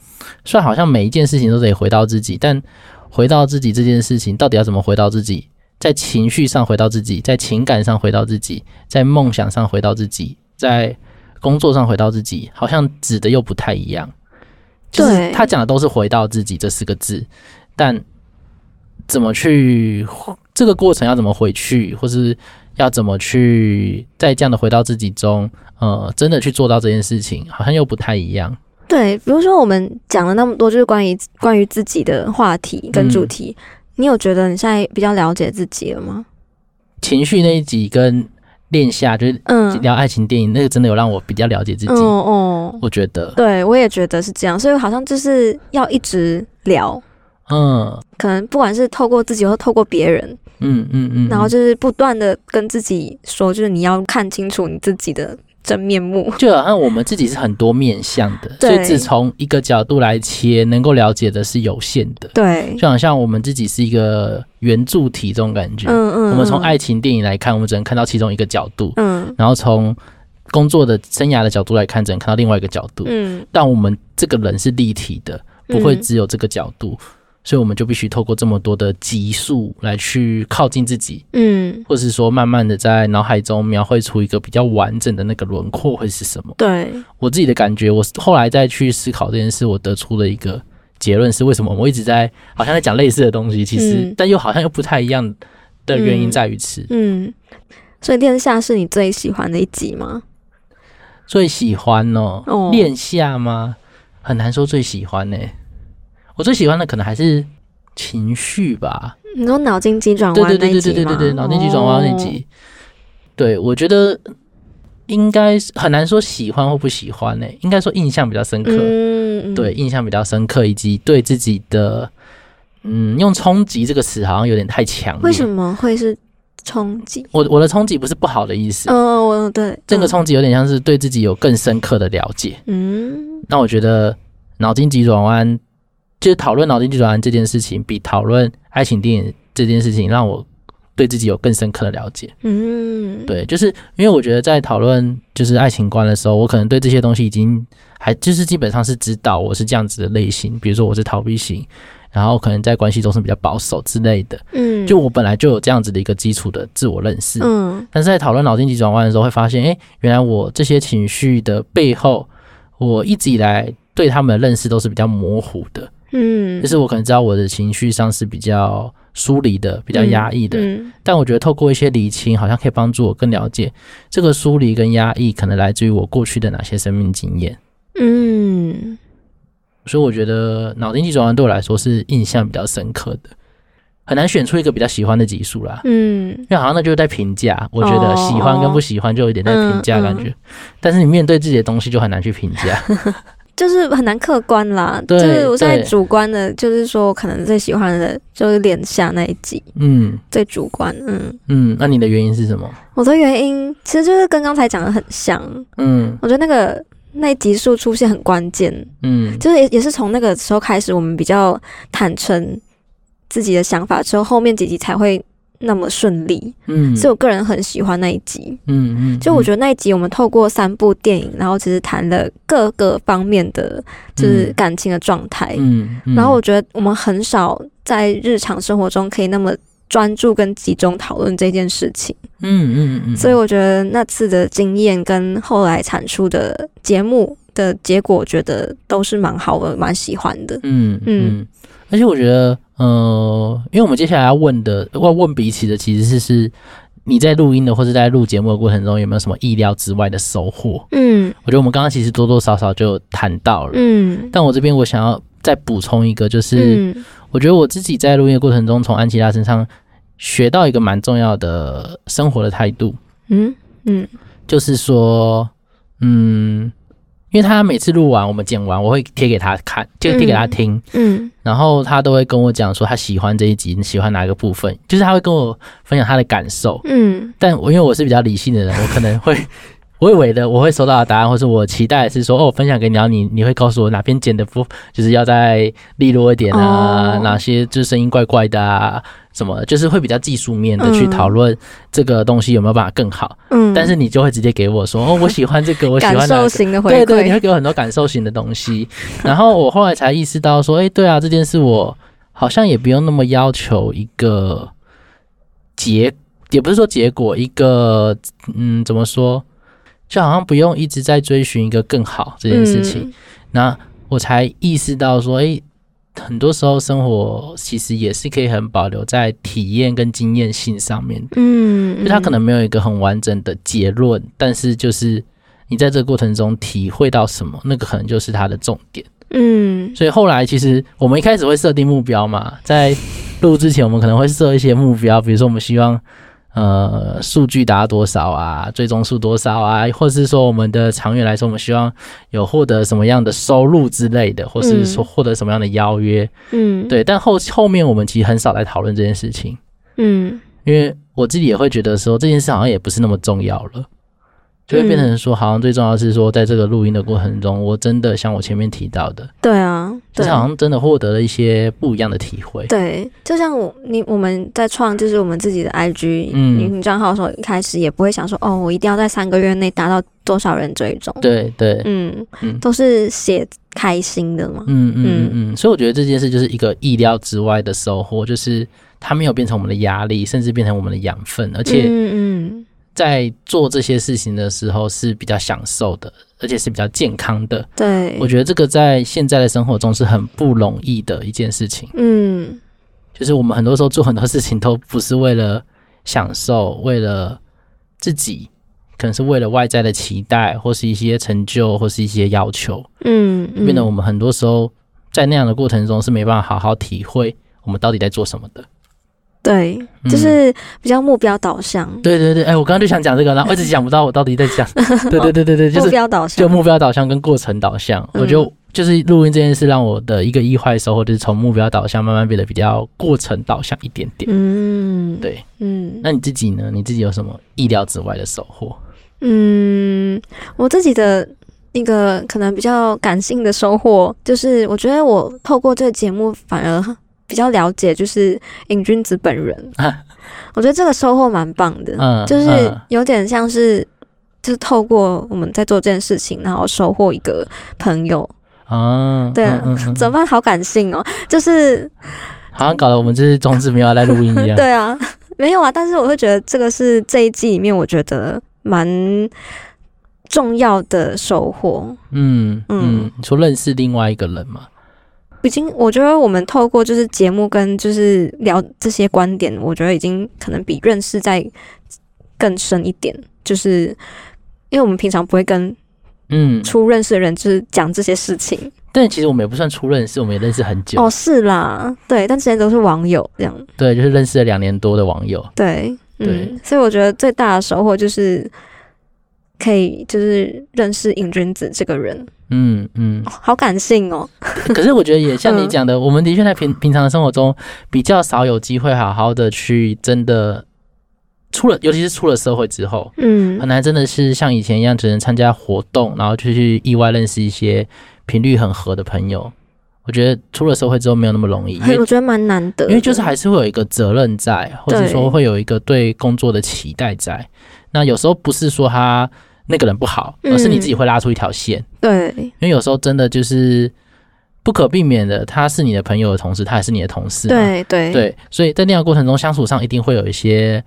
虽然好像每一件事情都得回到自己，但回到自己这件事情到底要怎么回到自己？在情绪上回到自己，在情感上回到自己，在梦想上回到自己，在工作上回到自己，好像指的又不太一样。就是
对
他讲的都是回到自己这四个字，但怎么去这个过程要怎么回去，或是要怎么去在这样的回到自己中，呃，真的去做到这件事情，好像又不太一样。
对，比如说我们讲了那么多，就是关于关于自己的话题跟主
嗯
题，你有觉得你现在比较了解自己了吗？
情绪那一集跟恋夏就是
嗯，
聊爱情电影，那个真的有让我比较了解自己。
嗯哦，
我觉得，
对我也觉得是这样，所以好像就是要一直聊，
嗯
可能不管是透过自己或透过别人，
嗯嗯嗯，
然后就是不断的跟自己说，就是你要看清楚你自己的真面目。
就好像我们自己是很多面向的，所
对
以只从一个角度来切，能够了解的是有限的。
对，
就好像我们自己是一个圆柱体这种感觉。
嗯嗯，
我们从
嗯，
爱情电影来看，我们只能看到其中一个角度，
嗯
然后从工作的生涯的角度来看，只能看到另外一个角度。
嗯，
但我们这个人是立体的，不会
嗯
只有这个角度，所以我们就必须透过这么多的级数来去靠近自己，
嗯，
或是说慢慢的在脑海中描绘出一个比较完整的那个轮廓会是什么。
对，
我自己的感觉，我后来再去思考这件事，我得出了一个结论是为什么我一直在好像在讲类似的东西，其实、
嗯
但又好像又不太一样的原因
嗯
在于此。
嗯，所以殿下是你最喜欢的一集吗？
最喜欢哦
哦，
恋夏吗？很难说最喜欢呢、我最喜欢的可能还是情绪吧。
你说脑筋急转
对
弯
对
那
对
一
对
集
对
吗？
对对对，脑筋急转弯那
哦。
集。对，我觉得应该是很难说喜欢或不喜欢呢、应该说印象比较深刻。
嗯，嗯
对，，印象比较深刻，以及对自己的，嗯，用冲击这个词好像有点太强烈。
为什
么？
么会是冲击？
我我的冲击不是不好的意思，
嗯，我对
这个
嗯
冲击有点像是对自己有更深刻的了解。
嗯
那我觉得脑筋急转弯，就是讨论脑筋急转弯这件事情，比讨论爱情电影这件事情让我对自己有更深刻的了解。
嗯，
对，就是因为我觉得在讨论就是爱情观的时候，我可能对这些东西已经还就是基本上是知道我是这样子的类型，比如说我是逃避型，然后可能在关系中是比较保守之类的，
嗯，
就我本来就有这样子的一个基础的自我认识。
嗯
但是在讨论脑筋急转弯的时候，会发现，诶，原来我这些情绪的背后，我一直以来对他们的认识都是比较模糊的。
嗯，
就是我可能知道我的情绪上是比较梳理的、比较压抑的。
嗯
但我觉得透过一些厘清，好像可以帮助我更了解这个疏离跟压抑，可能来自于我过去的哪些生命经验。
嗯，
所以我觉得脑筋急转弯对我来说是印象比较深刻的，很难选出一个比较喜欢的集数啦。
嗯，
因为好像那就是在评价，我觉
哦
得喜欢跟不喜欢就有一点在评价感
嗯
觉，但是你面对自己的东西就很难去评
<laughs>
价。
就是很难客观啦。
对
就是我现在
对
主观的，就是说我可能最喜欢的就是脸下那一集，
嗯
最主观。嗯，
嗯，那你的原因是什么？
我的原因其实就是跟刚才讲的很像，
嗯
我觉得那个那一集数出现很关键，
嗯
就是也也是从那个时候开始，我们比较坦诚自己的想法之后，后面几集才会那么顺利。
嗯，
所以我个人很喜欢那一集，
嗯嗯，
就我觉得那一集我们透过三部电影，然后其实谈了各个方面的就是
嗯
感情的状态。
嗯，嗯
然后我觉得我们很少在日常生活中可以那么专注跟集中讨论这件事情，
嗯嗯嗯，
所以我觉得那次的经验跟后来产出的节目的结果，我觉得都是蛮好的，蛮喜欢的。
嗯
嗯
嗯，而且我觉得呃，因为我们接下来要问的要问彼此的其实是是你在录音的或者在录节目的过程中有没有什么意料之外的收获？
嗯
我觉得我们刚刚其实多多少少就谈到了，
嗯
但我这边我想要再补充一个，就是。
嗯
我觉得我自己在录音的过程中，从安琪拉身上学到一个蛮重要的生活的态度，
嗯嗯
就是说，嗯，因为他每次录完，我们剪完，我会贴给他看，就贴给他听，
嗯
然后他都会跟我讲说他喜欢这一集，你喜欢哪个部分，就是他会跟我分享他的感受。
嗯
但我因为我是比较理性的人，我可能会。 <laughs> 我以为的我会收到的答案，或是我期待的是说，哦，我分享给你，然后你你会告诉我哪边剪的不，就是要再利落一点啊
哦
哪些就是声音怪怪的啊，什么的，就是会比较技术面的去
嗯
讨论这个东西有没有办法更好。
嗯，
但是你就会直接给我说，哦，我喜欢这个，我喜
感
欢哪
受
个，
型的回
对
馈，
对，你会给我很多感受型的
<laughs>
东西。然后我后来才意识到说，哎，对啊，这件事我好像也不用那么要求一个结，也不是说结果，一个嗯，怎么说，就好像不用一直在追寻一个更好这件事
嗯
情。那我才意识到说，哎。很多时候，生活其实也是可以很保留在体验跟经验性上面的
嗯，嗯，
就他可能没有一个很完整的结论，但是就是你在这个过程中体会到什么，那个可能就是他的重点。
嗯
所以后来其实我们一开始会设定目标嘛，在录之前我们可能会设一些目标，比如说我们希望呃数据达到多少啊，最终数多少啊，或是说我们的长远来说，我们希望有获得什么样的收入之类的，或是说获得什么样的邀约。
嗯
对，但后后面我们其实很少来讨论这件事情。
嗯
因为我自己也会觉得说这件事好像也不是那么重要了，就会变成说，好像最重要的是说，在这个录音的过程中，我真的像我前面提到的，
对啊，
就是
对嗯
好像真的获得了一些不一样的体会。
对，就像我你我们在创就是我们自己的 IG
嗯
运营账号的时候，一开始也不会想说哦，我一定要在三个月内达到多少人追踪，
对对，
嗯，
嗯
都是写开心的嘛，
嗯嗯嗯嗯，所以我觉得这件事就是一个意料之外的收获，就是它没有变成我们的压力，甚至变成我们的养分，而且
嗯嗯
在做这些事情的时候是比较享受的，而且是比较健康的。
对
我，觉得这个在现在的生活中是很不容易的一件事情。
嗯
就是我们很多时候做很多事情都不是为了享受，为了自己，可能是为了外在的期待，或是一些成就，或是一些要求，
嗯，嗯
变得我们很多时候在那样的过程中是没办法好好体会我们到底在做什么的。
嗯对，
嗯
就是比较目标导向，
对对对，哎、我刚刚就想讲这个，然后我一直讲不到我到底在
<laughs>
讲。对对对对对，就
目
是
标导
就
向，
目标导向跟过程导向，
嗯
我就就是录音这件事让我的一个意外收获，就是从目标导向慢慢变得比较过程导向一点点。
嗯，
对，
嗯
那你自己呢？你自己有什么意料之外的收获？
嗯，我自己的一个可能比较感性的收获，就是我觉得我透过这个节目反而比较了解，就是瘾君子本
<laughs>
人。我觉得这个收获蛮棒的，
嗯
就是
嗯
有点像是。就是透过我们在做这件事情，然后收获一个朋友，
啊，
对啊
嗯嗯嗯
怎么办？好感性哦，就是
好像搞得我们这是中志没有在录音一
<laughs>
样。
对啊，没有啊，但是我会觉得这个是这一季里面我觉得蛮重要的收获，
嗯
嗯
嗯，你说认识另外一个人嘛？
已经，我觉得我们透过就是节目跟就是聊这些观点，我觉得已经可能比认识再更深一点，就是因为我们平常不会跟
嗯，
初认识的人就是讲这些事情。
但其实我们也不算初认识，我们也认识很久，
哦，是啦，对，但之前都是网友这样，
对，就是认识了两年多的网友，
对，
对
嗯，所以我觉得最大的收获就是可以就是认识瘾君子这个人，
嗯嗯
哦。好感性哦，
可是我觉得也像你
嗯
讲的，我们的确在平平常的生活中比较少有机会好好的去真的出了，尤其是出了社会之后，
嗯
很难真的是像以前一样只能参加活动，然后就去意外认识一些频率很合的朋友。我觉得出了社会之后没有那么容易，因为
我觉得蛮难得的，
因为就是还是会有一个责任在，或者
对
说会有一个对工作的期待在。那有时候不是说他那个人不好，
嗯
而是你自己会拉出一条线。
对
因为有时候真的就是不可避免的，他是你的朋友的同时，他也是你的同事嘛。
对对
对，啊所以在那样的过程中相处上，一定会有一些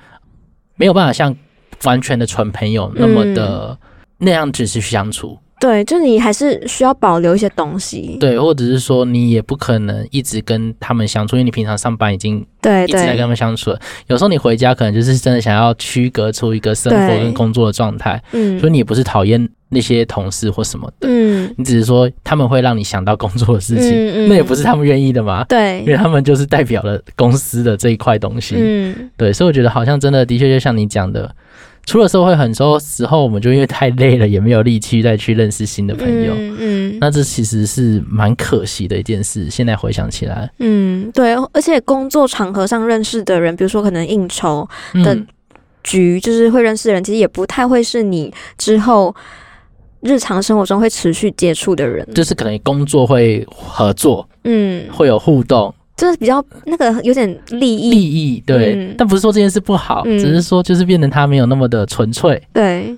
没有办法像完全的纯朋友那么
嗯
的、那样只是相处。
对，就你还是需要保留一些东西，
对，或者是说你也不可能一直跟他们相处，因为你平常上班已经
对
一直在
哎
跟
对
他们相处了。有时候你回家可能就是真的想要区隔出一个生活
对
跟工作的状态，
嗯
所以你也不是讨厌那些同事或什么的，
嗯
你只是说他们会让你想到工作的事情。
嗯嗯
那也不是他们愿意的嘛，
对
因为，他们就是代表了公司的这一块东西。
嗯
对，所以我觉得好像真的的确就像你讲的，出了社会很多时候我们就因为太累了，也没有力气再去认识新的朋友。
嗯嗯
那这其实是蛮可惜的一件事。现在回想起来，
嗯，对，而且工作场合上认识的人，比如说可能应酬，
嗯
的，局，就是会认识的人，其实也不太会是你之后日常生活中会持续接触的人。
就是可能工作会合作，
嗯，
会有互动、
就是比较那个有点利
利
益，
益，对。
嗯
但不是说这件事不好，
嗯
只是说就是变得他没有那么的纯粹。
对，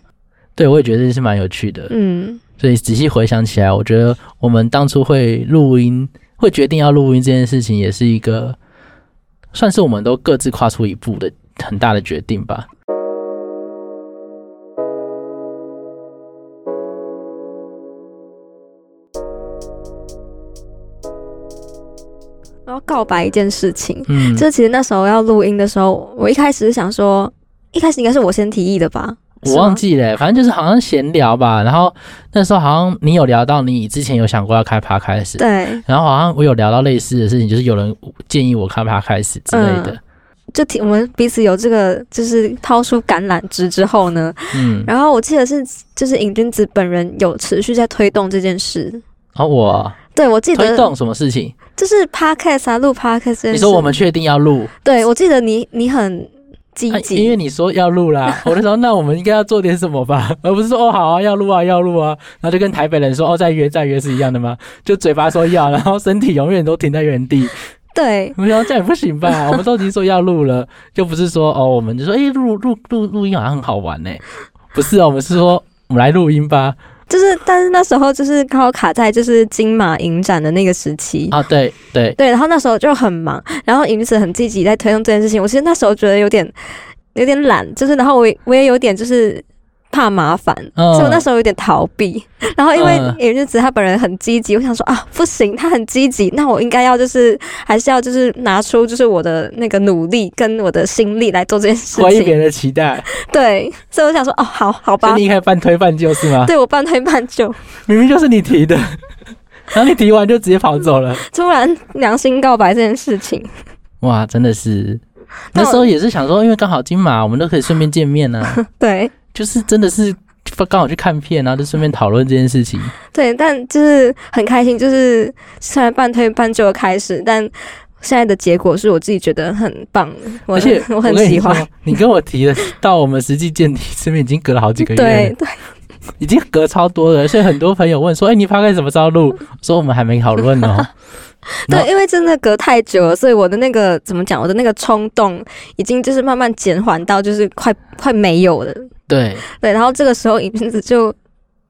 对我也觉得这是蛮有趣的。
嗯
所以仔细回想起来，我觉得我们当初会录音，会决定要录音这件事情，也是一个算是我们都各自跨出一步的很大的决定吧。
我要告白一件事情，
嗯，
就是其实那时候要录音的时候，我一开始是想说，一开始应该是我先提议的吧，
我忘记了、反正就是好像闲聊吧。然后那时候好像你有聊到你之前有想过要开趴开始
是，吗，对，
然后好像我有聊到类似的事情，就是有人建议我开趴开始之类的。
就提我们彼此有这个就是掏出橄榄枝之后呢，
嗯，然
然后我记得是就是尹君子本人有持续在推动这件事。
后我
对，我记得
推动什么事情？
就是 podcast 啊，录 podcast 这件
你
事。
说我们确定要录，
对我记得你你很积
啊
极，
因为你说要录
<laughs>
啦，我就说那我们应该要做点什么吧，而不是说哦好啊要录啊要录啊，然后就跟台北人说哦再约再约是一样的吗？就嘴巴说要，然后身体永远都停在原地。
对
我想这样也不行吧， <laughs> 我们都已经说要录了，就不是说哦我们就说诶录录录录音好像很好玩呢、不是哦，我们是说我们来录音吧。
就是但是那时候就是刚好卡在就是金马影展的那个时期。
啊对对，
对，然后那时候就很忙，然后影子很积极在推动这件事情。我其实那时候觉得有点有点懒，就是然后我也我也有点就是怕麻烦，
嗯
所以我那时候有点逃避。然后因为
嗯
尹日子他本人很积极，我想说啊，不行，他很积极，那我应该要就是还是要就是拿出就是我的那个努力跟我的心力来做这件事
怀疑别
情。
人的期待，
对，所以我想说哦，好好
所
吧
以，你一开始半推半就，是吗？
对我半推半就，
明明就是你提的， <laughs> 然后你提完就直接跑走了。
突然良心告白这件事情，
哇，真的是，
那
那
我
时候也是想说，因为刚好金马，我们都可以顺便见面呢、
<laughs>
啊，
对
就是真的是刚好去看片，然后就顺便讨论这件事情。
对，但就是很开心，就是虽然半推半就的开始，但。现在的结果是我自己觉得很棒，我
而且
我很
跟你
喜欢。
说，你跟我提的到我们实际见底这边已经隔了好几个月
对
了，
对
已经隔超多了，所以很多朋友问说，哎、你大概什么时候录？我说我们还没讨论
<laughs>
哦。然后
对，因为真的隔太久了，所以我的那个怎么讲，我的那个冲动已经就是慢慢减缓到就是快快没有了。
对，
对，然后这个时候尹君子就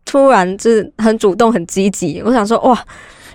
突然就是很主动、很积极，我想说哇，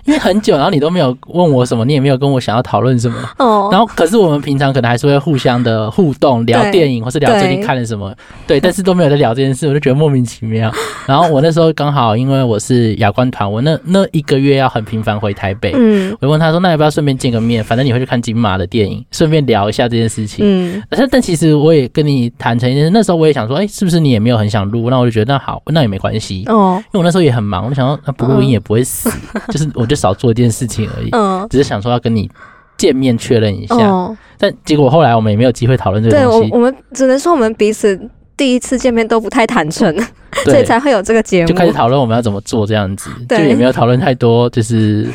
因为很久，然后你都没有问我什么，你也没有跟我想要讨论什么。
哦，
然后，可是我们平常可能还是会互相的互动，聊电影或是聊最近看了什么，对，但是都没有在聊这件事，我就觉得莫名
<laughs>
其妙。然后我那时候刚好因为我是亚冠团，我那那一个月要很频繁回台北，
嗯
我就问他说，那要不要顺便见个面？反正你会去看金马的电影，顺便聊一下这件事情。
嗯，
但但其实我也跟你坦诚一件事，那时候我也想说，哎、是不是你也没有很想录？那我就觉得那好，那也没关系，
哦，
因为我那时候也很忙，我就想说那不录音也不会死，就是我就少做一件事情而已，
嗯，
只是想说要跟你见面确认一下。
哦，
但结果后来我们也没有机会讨论这个
对我
东西，
我们只能说我们彼此第一次见面都不太坦诚，所
对，
以才会有这个节目。
就开始讨论我们要怎么做这样子，就
对
也没有讨论太多，就是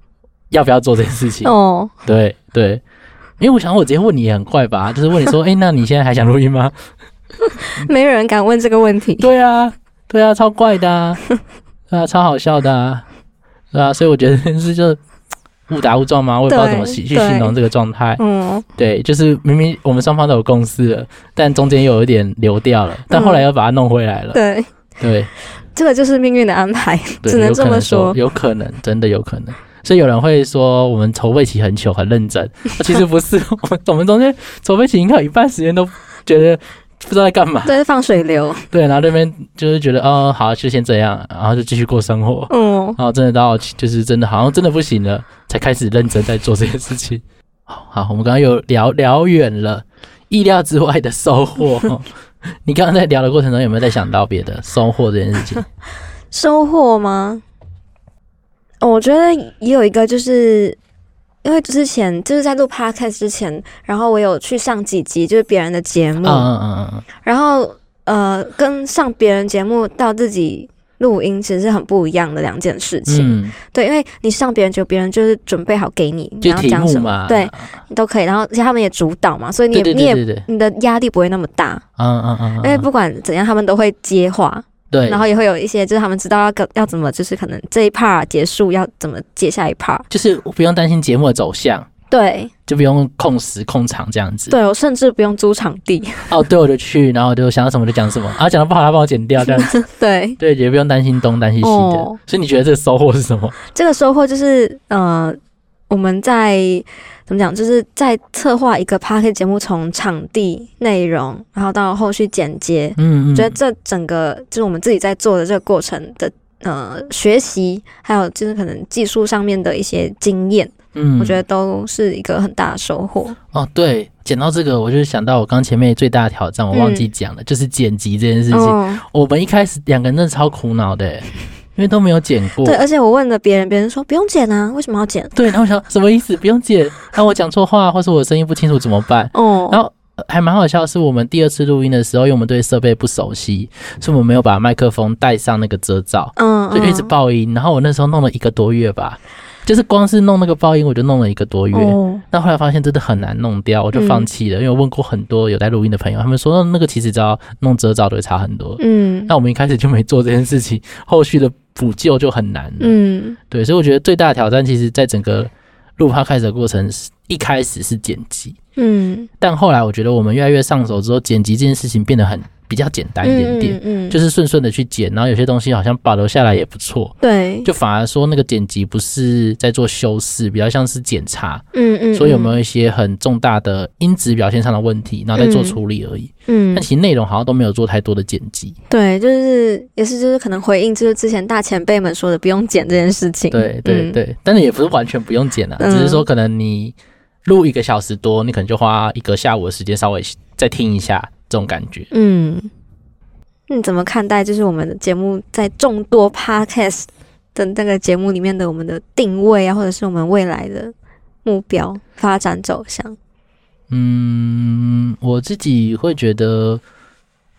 <laughs>
要不要做这件事情。
哦，
对对，因为我想我直接问你也很快吧，就是问你
<laughs>
说，哎、那你现在还想录音吗？
没有人敢问这个问题。
对啊，对啊，超怪
<laughs>
的啊，对啊，超好笑的啊，对啊，所以我觉得是就误打误撞嘛，我也不知道怎么
对
去去形容这个状态。
嗯，
对，就是明明我们双方都有共识了，但中间又有一点流掉了，但后来又把它弄回来了。
对，
对，
这个就是命运的安排，
对
只能
有
这
可
么
说，
说。
有可能，真的有可能。所以有人会说我们筹备期很久，很
<laughs>
认真，其实不是，我们我们中间筹备期应该有一半时间都觉得不知道在干嘛，
对，放水流。
对，然后这边就是觉得哦，好，就先这样，然后就继续过生活，
嗯，
然后真的到就是真的好像真的不行了，才开始认真在做这件事情。好，好我们刚刚又聊聊远了，意料之外的收获。 <laughs> 你刚刚在聊的过程中有没有在想到别的收获这件
<laughs>
事情？
收获吗？哦我觉得也有一个，就是因为之前就是在录 podcast 之前，然后我有去上几集就是别人的节目，
嗯嗯嗯嗯
然后呃，跟上别人节目到自己录音其实是很不一样的两件事情。
嗯，
对，因为你上别人就别人就是准备好给你，你
就
要
题
讲
目
什么，
嘛，
对，你都可以。然后而且他们也主导嘛，所以你
对
也
对
你
对
也
对对，
你的压力不会那么大，
嗯嗯嗯，
因为
嗯
哎不管怎样，他们都会接话，
对，
然后也会有一些就是他们知道要跟要怎么，就是可能这一 part 结束要怎么接下一 part。
就是不用担心节目的走向，
对
就不用控时控场这样子。
对，我甚至不用租场地。 <laughs>
哦，对，我就去，然后我就想到什么就讲什么，啊，讲的不好他帮我剪掉，这样
<laughs>
子，
对，
对，也不用担心东担心西的。
哦
所以你觉得这个收获是什么？
这个收获就是呃，我们在怎么讲，就是在策划一个 p a r k 节目，从场地、内容，然后到后续剪接，
嗯嗯，
我觉得这整个就是我们自己在做的这个过程的。呃，学习还有就是可能技术上面的一些经验，
嗯
我觉得都是一个很大的收获。
哦，对，讲到这个，我就想到我刚前面最大的挑战，我忘记讲了，就是剪辑这件事情。
嗯哦，
我们一开始两个人真的超苦恼的，欸
<laughs>
因为都没有剪过。
对，而且我问了别人，别人说不用剪啊，为什么要剪？
对，然后我想什么意思？不用剪，那我讲错话，或是我声音不清楚怎么办？
哦，
然后呃还蛮好笑，是我们第二次录音的时候，因为我们对设备不熟悉，所以我们没有把麦克风带上那个遮罩，
嗯，
所以就一直
嗯
爆音。然后我那时候弄了一个多月吧，就是光是弄那个爆音，我就弄了一个多月。
哦，嗯
但后来发现真的很难弄掉，我就放弃了。因为我问过很多有在录音的朋友，他们说那个其实只要弄遮罩都会差很多。
嗯
那我们一开始就没做这件事情，后续的补救就很难了。
嗯，
对，所以我觉得最大的挑战，其实在整个录 p 开始的过程，是一开始是剪辑，
嗯，
但后来我觉得我们越来越上手之后，剪辑这件事情变得很比较简单一点点，
嗯，嗯
就是顺顺的去剪，然后有些东西好像保留下来也不错。
对，
就反而说那个剪辑不是在做修饰，比较像是检查，
嗯嗯，
所以有没有一些很重大的音质表现上的问题，然后再做处理而已。
嗯
但其实内容好像都没有做太多的剪辑。
对，就是也是就是可能回应就是之前大前辈们说的不用剪这件事情，
对对
嗯
对，但是也不是完全不用剪啊，
嗯
只是说可能你录一个小时多，你可能就花一个下午的时间稍微再听一下这种感觉。
嗯，你怎么看待就是我们的节目在众多 podcast 的那个节目里面的我们的定位啊，或者是我们未来的目标发展走向？
嗯，我自己会觉得，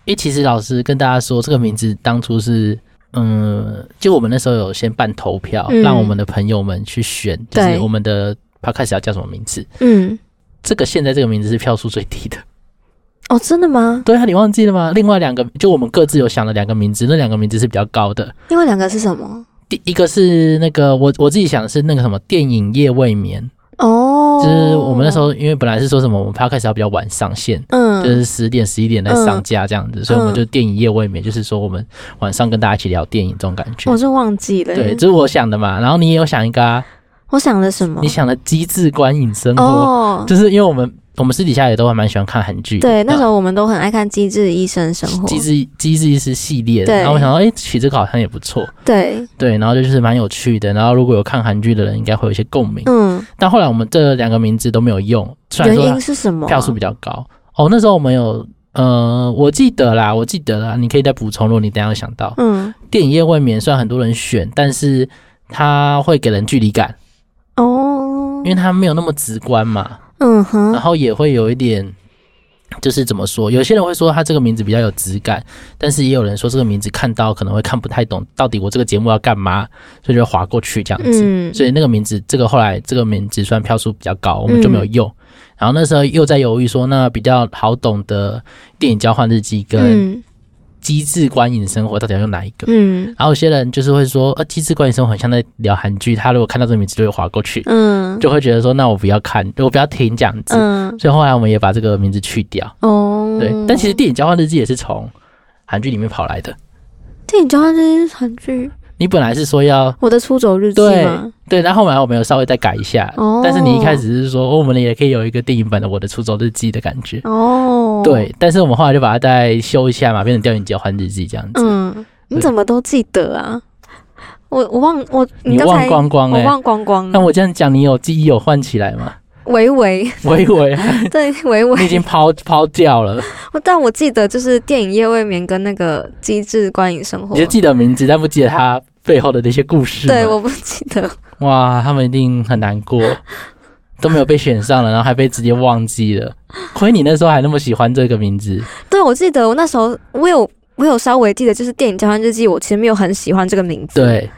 因为其实老师跟大家说，这个名字当初是。嗯，就我们那时候有先办投票，
嗯
让我们的朋友们去选，就是
对
我们的 podcast 要叫什么名字。
嗯，
这个现在这个名字是票数最低的。 <laughs>
哦，真的吗？
对啊，你忘记了吗？另外两个就我们各自有想了两个名字，那两个名字是比较高的。
另外两个是什么？
第一个是那个我我自己想的是那个什么电影夜未眠，
哦，
就是我们那时候，因为本来是说什么我们 podcast 要比较晚上线，
嗯，
就是十点十一点才上架这样子，所以我们就电影夜未眠，就是说我们晚上跟大家一起聊电影这种感觉。
哦我是嗯忘记了。
对，这是我想的嘛。然后你也有想一个啊，
我想了什么
你？想的机智观影生活，
哦，
就是因为我们我们私底下也都还蛮喜欢看韩剧的。
对，那时候我们都很爱看《机智医生生活
机》。智机智医师系列的，
对
然后我想到，哎、取这个好像也不错，
对，
对，然后就是蛮有趣的。然后如果有看韩剧的人，应该会有一些共鸣。
嗯，
但后来我们这两个名字都没有用，虽然
原
说
因是什么
它
啊？
票数比较高。哦，那时候我们有，呃，我记得啦，我记得啦，你可以再补充，如果你等一下有想到。
嗯，
电影夜未眠虽然很多人选，但是它会给人距离感，
哦
因，为它没有那么直观嘛，
嗯
然
哼，
后也会有一点。就是怎么说，有些人会说他这个名字比较有质感，但是也有人说这个名字看到可能会看不太懂，到底我这个节目要干嘛，所以就划过去这样子。
嗯，
所以那个名字，这个后来这个名字虽然票数比较高，我们就
嗯
没有用。然后那时候又在犹豫说，那比较好懂的电影交换日记跟
嗯
机智观影生活到底要用哪一个？
嗯
然后有些人就是会说，呃，机智观影生活很像在聊韩剧，他如果看到这个名字就会划过去，
嗯
就会觉得说，那我不要看，我不要听这样子。
嗯，
所以后来我们也把这个名字去掉。
哦，
对，但其实电影交换日记也是从韩剧里面跑来的。
电影交换日记是韩剧《
你本来是说要
我的出走日记
对》
吗？
对，然后后来我们有稍微再改一下，
哦
但是你一开始是说、哦我们也可以有一个电影版的《我的出走日记》的感觉，
哦，，
对，但是我们后来就把它再修一下嘛，变成电影交换日记这样子。
嗯，你
对
怎么都记得啊？我我忘我
你
刚
忘
才
光光
我
哎、欸，
忘嗯光光
那
了，
我这样讲，你有记忆有唤起来吗？
维
<laughs>
维
我以为啊
对维
你已
维，
经抛 <laughs> 抛掉了，
我但我记得就是电影《夜未眠》跟那个《机智观影生活
你就》，记得名字，但不记得它背后的那些故事嘛。
对，我不记得， <laughs>
哇，他们一定很难过， <laughs> 都没有被选上了，然后还被直接忘记了。亏你那时候还那么喜欢这个名字，
对我记得我那时候我有我有稍微记得，就是电影《交换日记》，我其实没有很喜欢这个名字，，
对。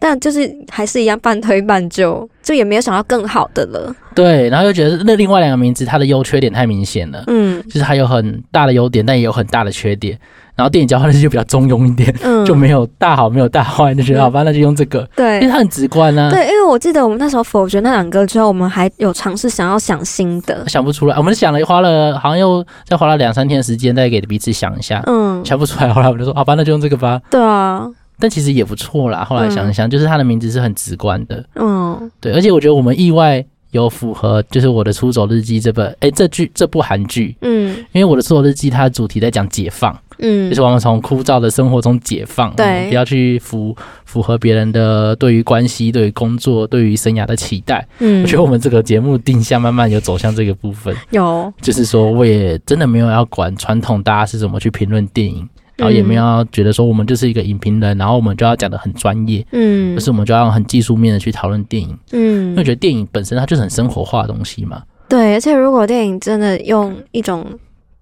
但就是还是一样半推半就，就也没有想到更好的了，
对，然后又觉得那另外两个名字它的优缺点太明显了，
嗯
就是它有很大的优点，但也有很大的缺点。然后电影交换日记就比较中庸一点，
嗯，
就没有大好没有大坏，就觉得
嗯
好吧，那就用这个，
对
因为它很直观啊，
对，因为我记得我们那时候否决那两个之后，我们还有尝试想要想新的，
想不出来。我们想了花了好像又再花了两三天的时间，再给彼此想一下，
嗯，
想不出来，后来我们就说好吧，那就用这个吧。
对啊，
但其实也不错啦，后来想一想，就是它的名字是很直观的，
嗯
对，而且我觉得我们意外。有符合就是我的《出走日记》这本，哎、这剧这部韩剧，
嗯
因为我的《出走日记》它的主题在讲解放，
嗯
就是我们从枯燥的生活中解放，
对
嗯不要去符符合别人的对于关系、对于工作、对于生涯的期待。
嗯
我觉得我们这个节目定向慢慢有走向这个部分，
有，
就是说我也真的没有要管传统大家是怎么去评论电影，然后也没
嗯
有要觉得说我们就是一个影评人，然后我们就要讲的很专业，
嗯，
可是我们就要很技术面的去讨论电影，因为我
嗯，
觉得电影本身它就是很生活化的东西嘛。
对，而且如果电影真的用一种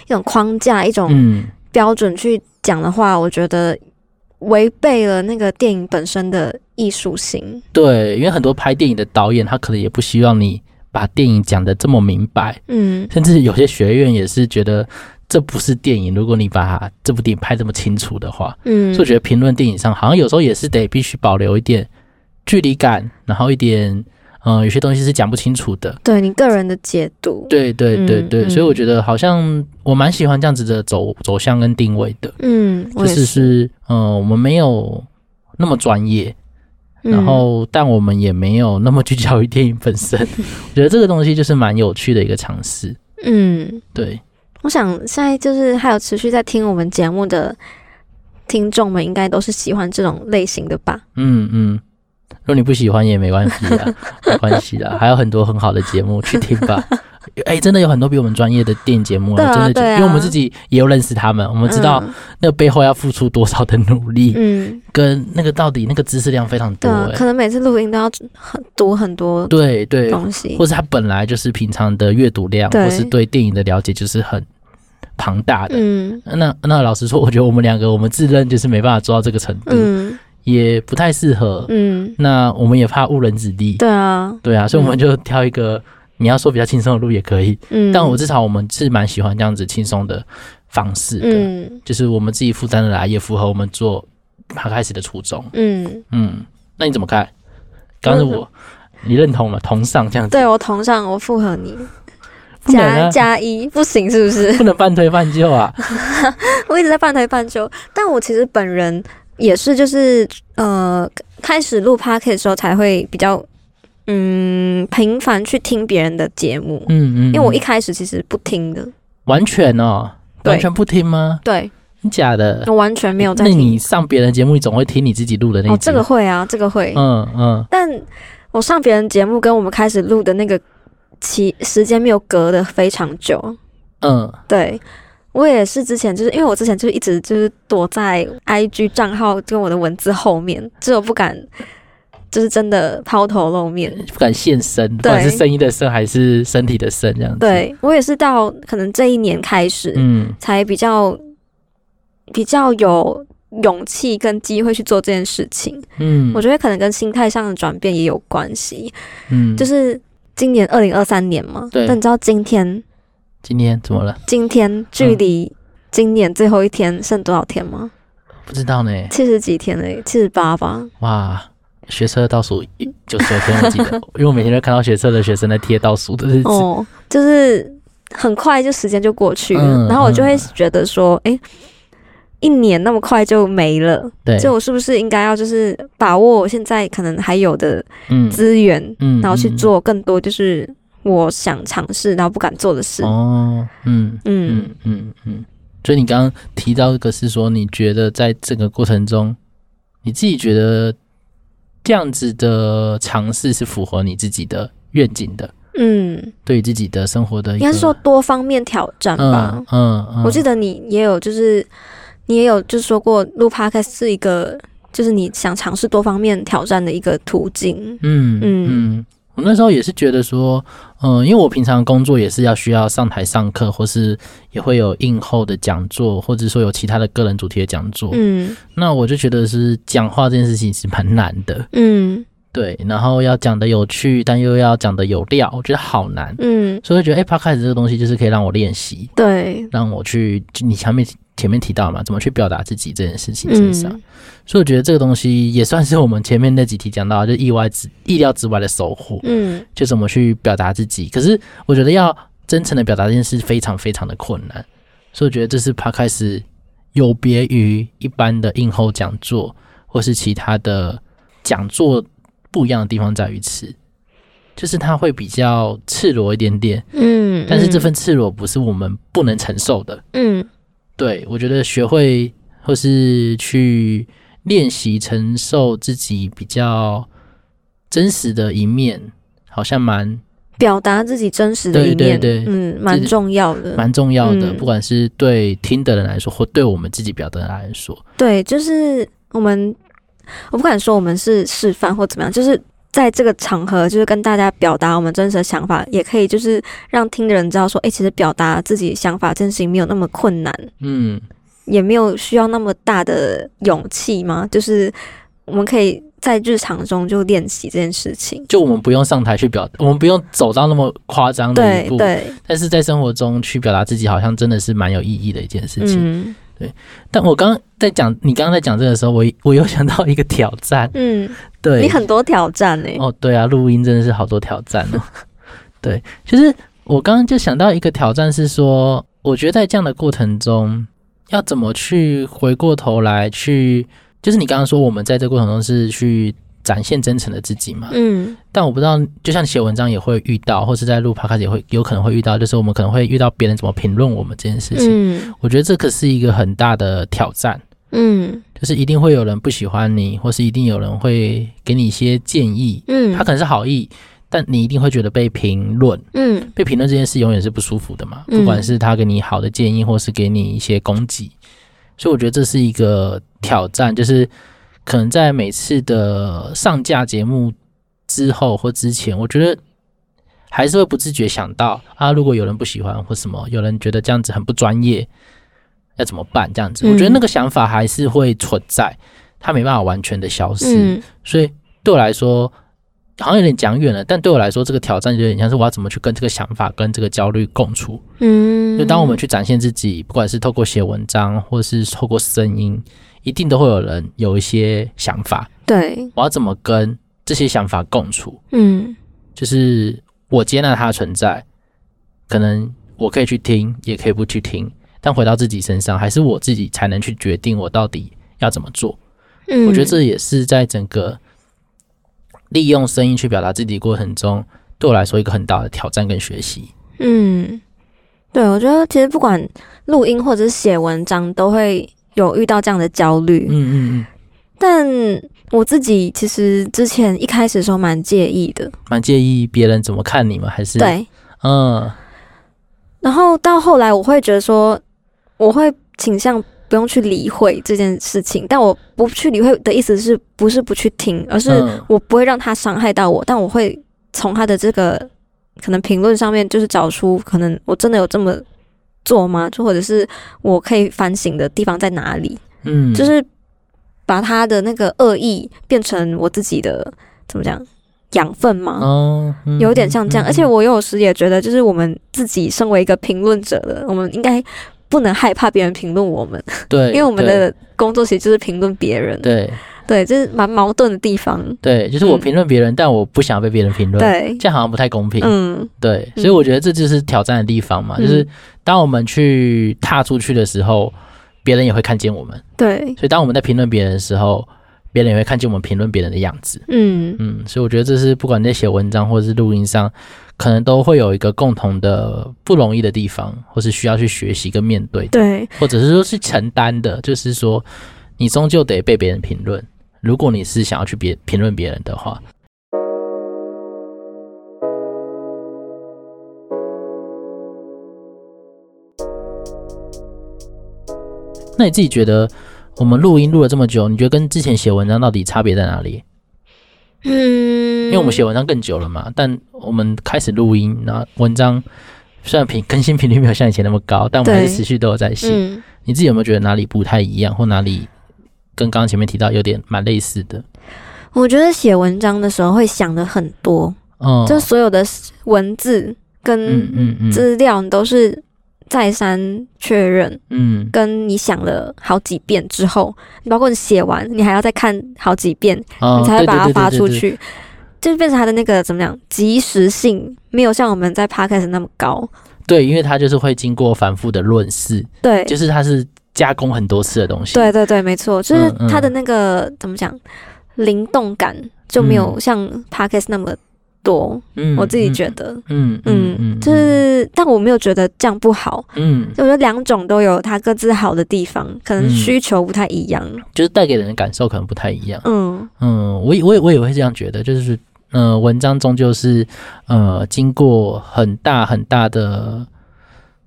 一种框架、一种
嗯，
标准去讲的话，我觉得违背了那个电影本身的艺术性。
对，因为很多拍电影的导演他可能也不希望你把电影讲的这么明白。
嗯
甚至有些学院也是觉得这不是电影。如果你把这部电影拍这么清楚的话，
嗯
所以我觉得评论电影上好像有时候也是得必须保留一点距离感，然后一点嗯、呃有些东西是讲不清楚的。
对你个人的解读，
对对对
嗯
对，
嗯
所以我觉得好像我蛮喜欢这样子的走走向跟定位的，
嗯，我
就
也
是是嗯、呃我们没有那么专业，
嗯
然后但我们也没有那么聚焦于电影本身。我觉得这个东西就是蛮有趣的一个尝试，
嗯。嗯
对。
我想现在就是还有持续在听我们节目的听众们，应该都是喜欢这种类型的吧？
嗯嗯，如果你不喜欢也没关系
<laughs>
啦，没关系啊啦，还有很多很好的节目去听吧。 <laughs> 哎、真的有很多比我们专业的电影节目
对啊
真的觉得，
对啊
因为我们自己也有认识他们，我
我
们知道那背后要付出多少的努力，
嗯，嗯，
跟那个到底那个知识量非常
对
多、
啊，
哎，
可能每次录音都要很读很多
对对，
东西
或，是他本来就是平常的阅读量，
对
或是对电影的了解就是很庞大的。
嗯
那那老实说，我觉得我们两个，我们自认就是没办法做到这个程度，
嗯
也不太适合。
嗯，
那我们也怕误人子弟，
对啊，
对啊，所以我们就挑一个你要说比较轻松的路也可以，
嗯，
但我至少我们是蛮喜欢这样子轻松的方式的，
嗯
就是我们自己负担得来，也符合我们做他开始的初衷。
嗯，
嗯，那你怎么看？刚刚是我，你认同吗？同上这样子，
对我同上，我附和你，
不能
加
啊，
加一，不行是不是？
不能半推半就
<laughs>
啊。
我一直在半推半就，但我其实本人也是，就是呃，开始录 p o d c a s t 的时候才会比较嗯频繁去听别人的节目，
嗯嗯，
因为我一
嗯
开始其实不听的，
完全哦，
对
完全不听吗？
对
真假的？
我完全没有在
那
听
你。上别人的节目，你总会听你自己录的那一
哦，
集
这个会啊，这个会，
嗯嗯，
但我上别人节目跟我们开始录的那个期时间没有隔的非常久，
嗯，
对。我也是之前就是因为我之前就是一直就是躲在 IG 账号跟我的文字后面，就是我不敢，就是真的抛头露面。
不敢现身，不管是声音的声还是身体的身，这样子。，
对我也是到可能这一年开始、
嗯，
才比较比较有勇气跟机会去做这件事情。
嗯，
我觉得可能跟心态上的转变也有关系。
嗯，
就是是今年二零二三年嘛，
对
但你知道今天
今天怎么了？
今天距
嗯
离今年最后一天剩多少天吗？
不知道呢。
七十几天嘞，七十
嗯
八吧。
哇，学车倒数一九十九天，我记
<laughs>
得，因为我每天都看到学车的学生在贴倒数的日子。
哦，就是很快就时间就过去了，
嗯
然后我就会觉得说，诶，一年那么快就没了，
对，
就我是不是应该要就是把握我现在可能还有的
嗯
资源，
嗯
然后去
嗯
做更多就是我想尝试然后不敢做的事。
哦，嗯
嗯，
嗯嗯嗯。所以你刚刚提到一个是说，你觉得在这个过程中，你自己觉得这样子的尝试是符合你自己的愿景的，
嗯，
对于自己的生活的一
应
个，
该是说多方面挑战吧。
嗯嗯嗯，
我记得你也有就是你也有就是说过录 podcast 是一个就是你想尝试多方面挑战的一个途径。
嗯
嗯
嗯，我那时候也是觉得说，嗯、因为我平常工作也是要需要上台上课，或是也会有映后的讲座，或者说有其他的个人主题的讲座。
嗯
那我就觉得是讲话这件事情是蛮难的，
嗯
对，然后要讲的有趣，但又要讲的有料，我觉得好难。
嗯，
所以我觉得，哎、p o d c a s t 这个东西就是可以让我练习，
对，
让我去，就你前面前面提到嘛，怎么去表达自己这件事情身上。
嗯
所以我觉得这个东西也算是我们前面那几题讲到的，就意外之意料之外的收获。
嗯
就怎么去表达自己。可是我觉得要真诚的表达这件事非常非常的困难，所以我觉得这是 p 开始有别于一般的映后讲座或是其他的讲座不一样的地方在于此，就是它会比较赤裸一点点，
嗯，
但是这份赤裸不是我们不能承受的。
嗯
对我觉得学会或是去练习承受自己比较真实的一面，好像蛮
表达自己真实的一
对
面，
对对
嗯，蛮
是
重要的。
蛮重要的，
嗯
不管是对听的人来说，或对我们自己表达的人来说，
对，就是我们，我不敢说我们是示范或怎么样，就是。在这个场合，就是跟大家表达我们真实的想法，也可以就是让听的人知道说，哎、其实表达自己想法这件事情没有那么困难，
嗯
也没有需要那么大的勇气嘛。就是我们可以在日常中就练习这件事情。
就我们不用上台去表达，我们不用走到那么夸张的
对
一步，
对，
但是在生活中去表达自己，好像真的是蛮有意义的一件事情。
嗯
但我刚刚在讲你刚刚在讲这个时候，我我又想到一个挑战，
嗯，
对，
你很多挑战呢、欸
哦，对啊，录音真的是好多挑战哦。对，就是我刚刚就想到一个挑战是说，我觉得在这样的过程中，要怎么去回过头来去，就是你刚刚说我们在这过程中是去展现真诚的自己嘛？
嗯
但我不知道，就像写文章也会遇到，或是在录 podcast 也会有可能会遇到，就是我们可能会遇到别人怎么评论我们这件事情。
嗯
我觉得这个是一个很大的挑战。
嗯
就是一定会有人不喜欢你，或是一定有人会给你一些建议，
嗯
他可能是好意，但你一定会觉得被评论，
嗯
被评论这件事永远是不舒服的嘛，
嗯
不管是他给你好的建议，或是给你一些攻击，所以我觉得这是一个挑战，就是可能在每次的上架节目之后或之前，我觉得。还是会不自觉想到啊，如果有人不喜欢或什么，有人觉得这样子很不专业，要怎么办？这样子，
嗯
我觉得那个想法还是会存在，它没办法完全的消失。
嗯
所以对我来说，好像有点讲远了，但对我来说，这个挑战就有点像是我要怎么去跟这个想法、跟这个焦虑共处。
嗯，
就当我们去展现自己，不管是透过写文章，或是透过声音，一定都会有人有一些想法，
对
我要怎么跟这些想法共处，
嗯
就是我接纳它的存在，可能我可以去听，也可以不去听，但回到自己身上，还是我自己才能去决定我到底要怎么做。
嗯，
我觉得这也是在整个利用声音去表达自己的过程中，对我来说一个很大的挑战跟学习。
嗯，对，我觉得其实不管录音或者是写文章，都会有遇到这样的焦虑。
嗯嗯
但我自己其实之前一开始的时候蛮介意的，
嗯，蛮介意别人怎么看你们，还是，
对。
嗯
然后到后来，我会觉得说，我会倾向不用去理会这件事情。但我不去理会的意思是不是不去听，而是
嗯
我不会让他伤害到我，但我会从他的这个可能评论上面，就是找出可能我真的有这么做吗？就或者是我可以反省的地方在哪里？
嗯，
就是把他的那个恶意变成我自己的怎么讲养分吗？
哦，嗯
有点像这样，
嗯嗯
而且我有时也觉得，就是我们自己身为一个评论者的，我们应该不能害怕别人评论我们，
对，
<laughs> 因为我们的工作其实就是评论别人。
对对
对，这是蛮矛盾的地方。
对，就是我
嗯
评论别人，但我不想被别人评论，
对，
这样好像不太公平。
嗯
对，
嗯
所以我觉得这就是挑战的地方嘛，就是
嗯
当我们去踏出去的时候，别人也会看见我们。
对，
所以当我们在评论别人的时候，别人也会看见我们评论别人的样子。
嗯
嗯，所以我觉得这是不管在写文章或者是录音上，可能都会有一个共同的不容易的地方，或是需要去学习跟面对的，
对，
或者是说是承担的，就是说你终究得被别人评论。如果你是想要去别评论别人的话，那你自己觉得我们录音录了这么久，你觉得跟之前写文章到底差别在哪里？
嗯，
因为我们写文章更久了嘛，但我们开始录音，那文章虽然频更新频率没有像以前那么高，但我们还是
对
持续都有在写。
嗯。
你自己有没有觉得哪里不太一样，或哪里跟刚刚前面提到有点蛮类似的？
我觉得写文章的时候会想的很多，
嗯，
就是所有的文字
嗯
跟
嗯嗯
资料你都是再三确认，
嗯
跟你想了好几遍之后，包括你写完，你还要再看好几遍，
嗯，
你才会把它
对
发出。
对对对对
去，就是变成它的那个怎么讲，及时性没有像我们在 podcast 那么高。
对，因为它就是会经过反复的论释，
对，
就是它是加工很多次的东西。
对对对，没错，就是
嗯嗯
它的那个、怎么讲，灵动感就没有
嗯
像 podcast 那么多。
嗯，嗯
我自己觉得，
嗯
嗯
嗯嗯，
就是，但我没有觉得这样不好。
嗯，
就我觉得两种都有它各自好的地方，可能
嗯
需求不太一样。
就是带给人的感受可能不太一样。
嗯
嗯，我也我也我也会这样觉得，就是呃，文章终究是呃，经过很大很大的，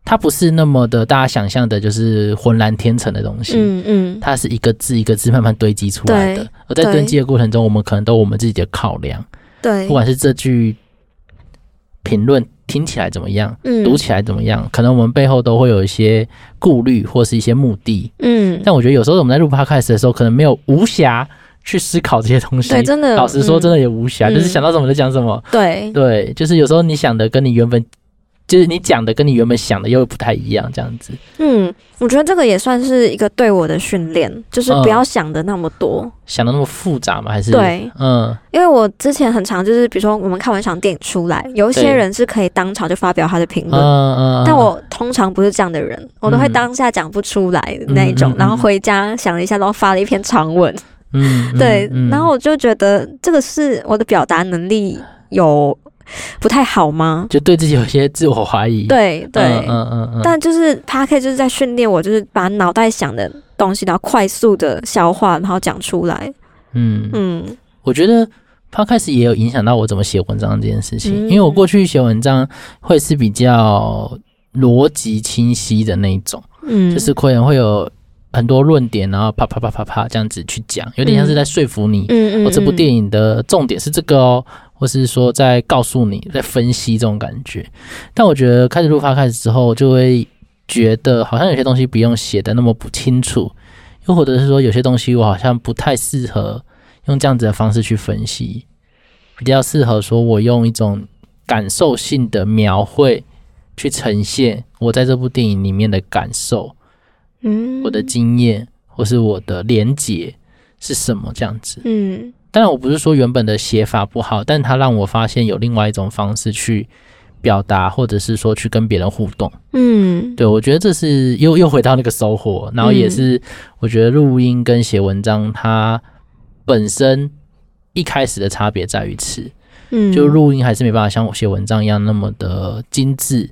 它不是那么的大家想象的，就是浑然天成的东西。
嗯嗯，
它是一个字一个字慢慢堆积出来的
对，
而在
对
堆积的过程中，我们可能都有我们自己的考量，
对
不，管是这句评论听起来怎么样，
嗯
读起来怎么样，可能我们背后都会有一些顾虑或是一些目的。
嗯，
但我觉得有时候我们在录 podcast 的时候，可能没有无暇去思考这些东西。
对，真的，
老实说，
嗯
真的也无暇，
嗯
就是想到什么就讲什么。
对，
对，就是有时候你想的跟你原本，就是你讲的跟你原本想的又不太一样，这样子。
嗯，我觉得这个也算是一个对我的训练，就是
嗯
不要想的那么多。
想的那么复杂吗？还是，
对，
嗯，
因为我之前很常就是，比如说我们看完一场电影出来，有一些
对
人是可以当场就发表他的评
嗯
论。
嗯。
但我通常不是这样的人，我都会当下讲不出来的那一种，
嗯嗯嗯
然后回家想了一下，然后发了一篇长文。
嗯，嗯
对，
嗯
然后我就觉得这个是我的表达能力有不太好吗？
就对自己有些自我怀疑。
对对，
嗯嗯嗯嗯。
但就是 p a r k 就是在训练我，就是把脑袋想的东西，然后快速的消化，然后讲出来。
嗯，
嗯
我觉得 podcast 也有影响到我怎么写文章这件事情，
嗯
因为我过去写文章会是比较逻辑清晰的那一种。
嗯，
就是可能会有很多论点，然后啪啪啪啪啪这样子去讲，有点像是在说服你，
嗯
哦，这部电
影，
影的重点是这个哦，或是说在告诉你，在分析这种感觉。但我觉得开始录发开始之后，就会觉得好像有些东西不用写的那么不清楚，又或者是说有些东西我好像不太适合用这样子的方式去分析，比较适合说我用一种感受性的描绘去呈现我在这部电影里面的感受。
嗯
我的经验或是我的连结是什么这样子。
嗯
当然我不是说原本的写法不好，但它让我发现有另外一种方式去表达，或者是说去跟别人互动。
嗯，
对，我觉得这是又又回到那个收获，然后也是我觉得录音跟写文章它本身一开始的差别在于此，
嗯，
就录音还是没办法像我写文章一样那么的精致，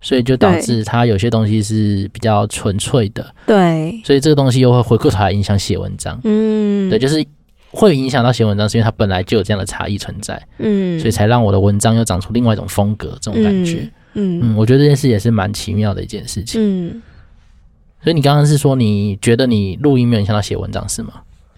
所以就导
对
致它有些东西是比较纯粹的，
对，
所以这个东西又会回过头来影响写文章，
嗯，
对，就是会影响到写文章，是因为它本来就有这样的差异存在，
嗯，
所以才让我的文章又长出另外一种风格，这种感觉，
嗯，
嗯，我觉得这件事也是蛮奇妙的一件事情。
嗯嗯，
所以你刚刚是说你觉得你录音没有影响到写文章是吗？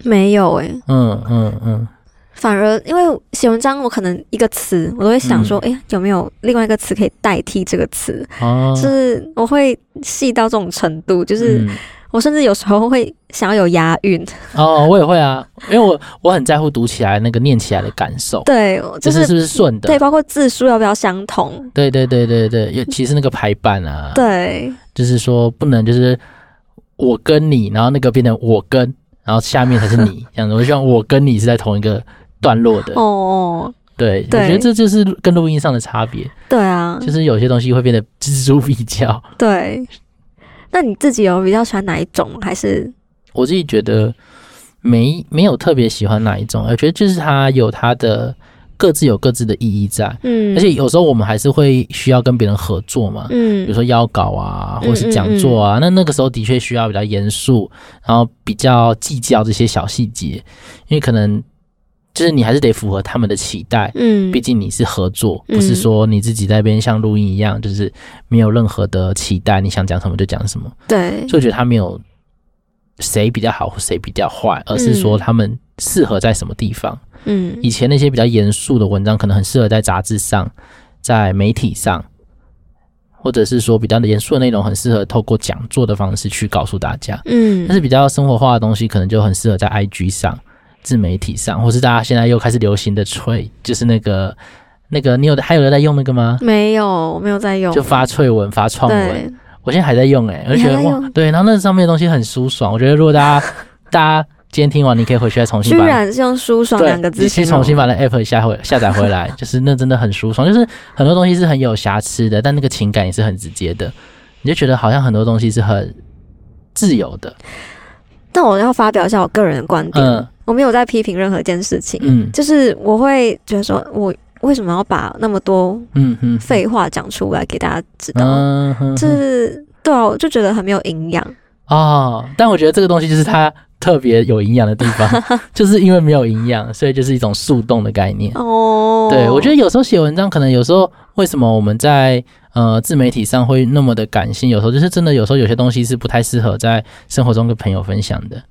没有诶、
嗯嗯嗯，
反而因为写文章，我可能一个词我都会想说，哎、
嗯
呀，有没有另外一个词可以代替这个词？
哦，
<laughs> 就是我会细到这种程度，就是
嗯
我甚至有时候会想要有押韵，
哦，我也会啊，因为我我很在乎读起来那个念起来的感受，
对，我就
就是是是不是顺的？
对，包括字数要不要相同，
对对对对对，尤其是那个排版啊，
对，
就是说不能就是我跟你，然后那个变成我跟，然后下面才是
<laughs>
你这样子。我希望我跟你是在同一个段落的。
哦，
对，
对
我觉得这就是跟录音上的差别，
对啊，
就是有些东西会变得锱铢必较。
对。那你自己有比较喜欢哪一种？还是
我自己觉得没没有特别喜欢哪一种，我觉得就是它有它的各自有各自的意义在，
嗯，
而且有时候我们还是会需要跟别人合作嘛。比如
嗯
说邀稿啊，或是讲座啊，那那个时候的确需要比较严肃，然后比较计较这些小细节，因为可能就是你还是得符合他们的期待，
嗯
毕竟你是合作，
嗯
不是说你自己在那边像录音一样，就是没有任何的期待，你想讲什么就讲什么。
对
所以我觉得他没有谁比较好或谁比较坏，而是说他们适合在什么地方。
嗯
以前那些比较严肃的文章，可能很适合在杂志上、在媒体上，或者是说比较严肃的内容，很适合透过讲座的方式去告诉大家。
嗯
但是比较生活化的东西，可能就很适合在 IG 上、自媒体上，或是大家现在又开始流行的吹，就是那个那个，你有还有人在用那个吗？
没有我没有在用，
就发脆文、发创文，
嗯对
我现在还在用哎、我就觉得
你还在
哇
用，
对，然后那上面的东西很舒爽。我觉得如果大家大家今天听完，你可以回去再重
居
新把
然是用“舒爽”两
对，
个字
你去
形
重
容。
新把那 app 下回 <laughs> 下载回来，就是那真的很舒爽。就是很多东西是很有瑕疵的，但那个情感也是很直接的，你就觉得好像很多东西是很自由的。
但我要发表一下我个人的观点，
嗯
我没有在批评任何一件事情，
嗯
就是我会觉得说，我为什么要把那么多
嗯嗯，
废话讲出来给大家知道？
嗯哼
就
哼
是对啊，我就觉得很没有营养。
哦，但我觉得这个东西就是它特别有营养的地方， <laughs> 就是因为没有营养，所以就是一种速冻的概念。
哦，
对，我觉得有时候写文章，可能有时候为什么我们在呃自媒体上会那么的感性，有时候就是真的，有时候有些东西是不太适合在生活中跟朋友分享的，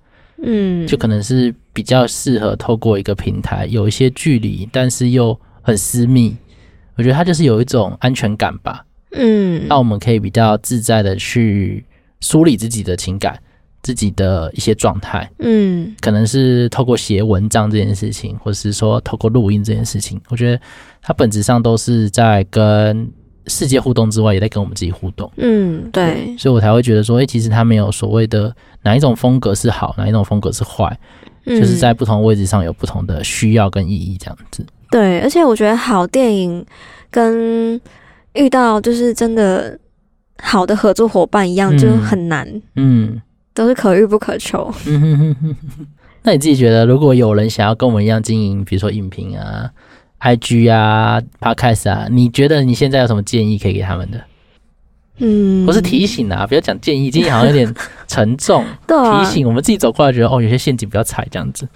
嗯，
就可能是比较适合透过一个平台，有一些距离，但是又很私密。我觉得它就是有一种安全感吧，
嗯
让我们可以比较自在的去梳理自己的情感、自己的一些状态。
嗯
可能是透过写文章这件事情，或是说透过录音这件事情，我觉得它本质上都是在跟世界互动之外，也在跟我们自己互动，
嗯，对，
所以我才会觉得说，诶、其实它没有所谓的哪一种风格是好，哪一种风格是坏，就是
嗯
在不同位置上有不同的需要跟意义这样子。
对，而且我觉得好电影跟遇到就是真的好的合作伙伴一样，
嗯
就很难，
嗯
都是可遇不可求。
嗯哼哼哼哼那你自己觉得，如果有人想要跟我们一样经营，比如说影评啊、IG 啊、Podcast 啊，你觉得你现在有什么建议可以给他们的？
嗯，
不是提醒啊，不要讲建议，建议好像有点沉重。
对 <laughs> 啊
提。醒我们自己走过来，觉得哦，有些陷阱不要踩
<laughs>
这样子。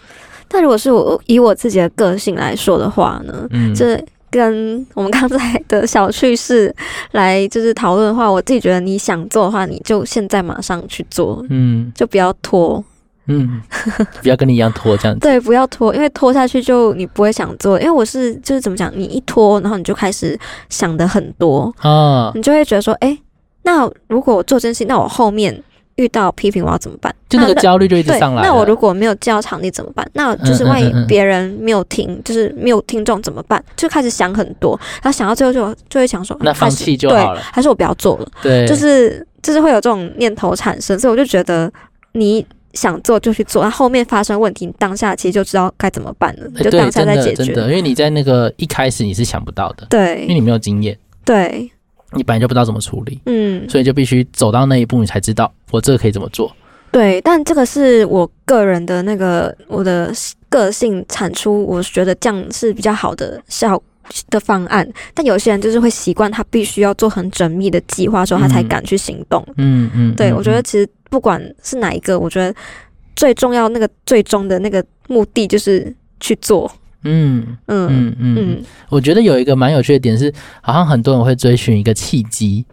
但如果是我以我自己的个性来说的话呢，
嗯，
这跟我们刚才的小趣事来就是讨论的话，我自己觉得你想做的话，你就现在马上去做，
嗯
就不要拖。
嗯，
<laughs>
不要跟你一样拖这样子。
对，不要拖，因为拖下去就你不会想做。因为我是就是怎么讲，你一拖，然后你就开始想的很多，
啊，
你就会觉得说，哎、那如果我做真心，那我后面遇到批评我要怎么办？
就那个
那
焦虑就一直
<laughs> 对，
上来了。
那我如果没有叫场地怎么办？那就是
嗯嗯
万一
嗯嗯
别人没有听，就是没有听众怎么办？就开始想很多，然后想到最后就就会想说，
那
啊还
放
是
弃就
对
好了。
还是我不要做了，
对，
就是就是会有这种念头产生，所以我就觉得你想做就去做，那后面发生问题，你当下其实就知道该怎么办了，你
哎
就
对，
当下
真
再
的
解
真
决。
的，因为你在那个一开始你是想不到的，因为
对
你没有经验，
对，
你本来就不知道怎么处理，
嗯，
所以就必须走到那一步，你才知道我这个可以怎么做。
对。但这个是我个人的那个我的呃个性产出，我觉得这样是比较好的效的方案。但有些人就是会习惯，他必须要做很缜密的计划之后，他才
嗯
敢去行动。
嗯嗯，
对，
嗯
我觉得其实不管是哪一个，我觉得最重要那个最终的那个目的就是去做。
嗯
嗯
嗯嗯嗯，
嗯
我觉得有一个蛮有趣的点是，好像很多人会追寻一个契机。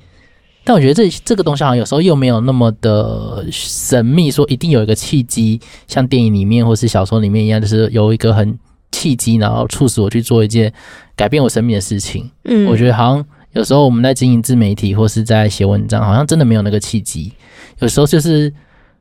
但我觉得这这个东西好像有时候又没有那么的神秘，说一定有一个契机，像电影里面或是小说里面一样，就是有一个很契机，然后促使我去做一件改变我生命的事情。
嗯，
我觉得好像有时候我们在经营自媒体或是在写文章，好像真的没有那个契机，有时候就是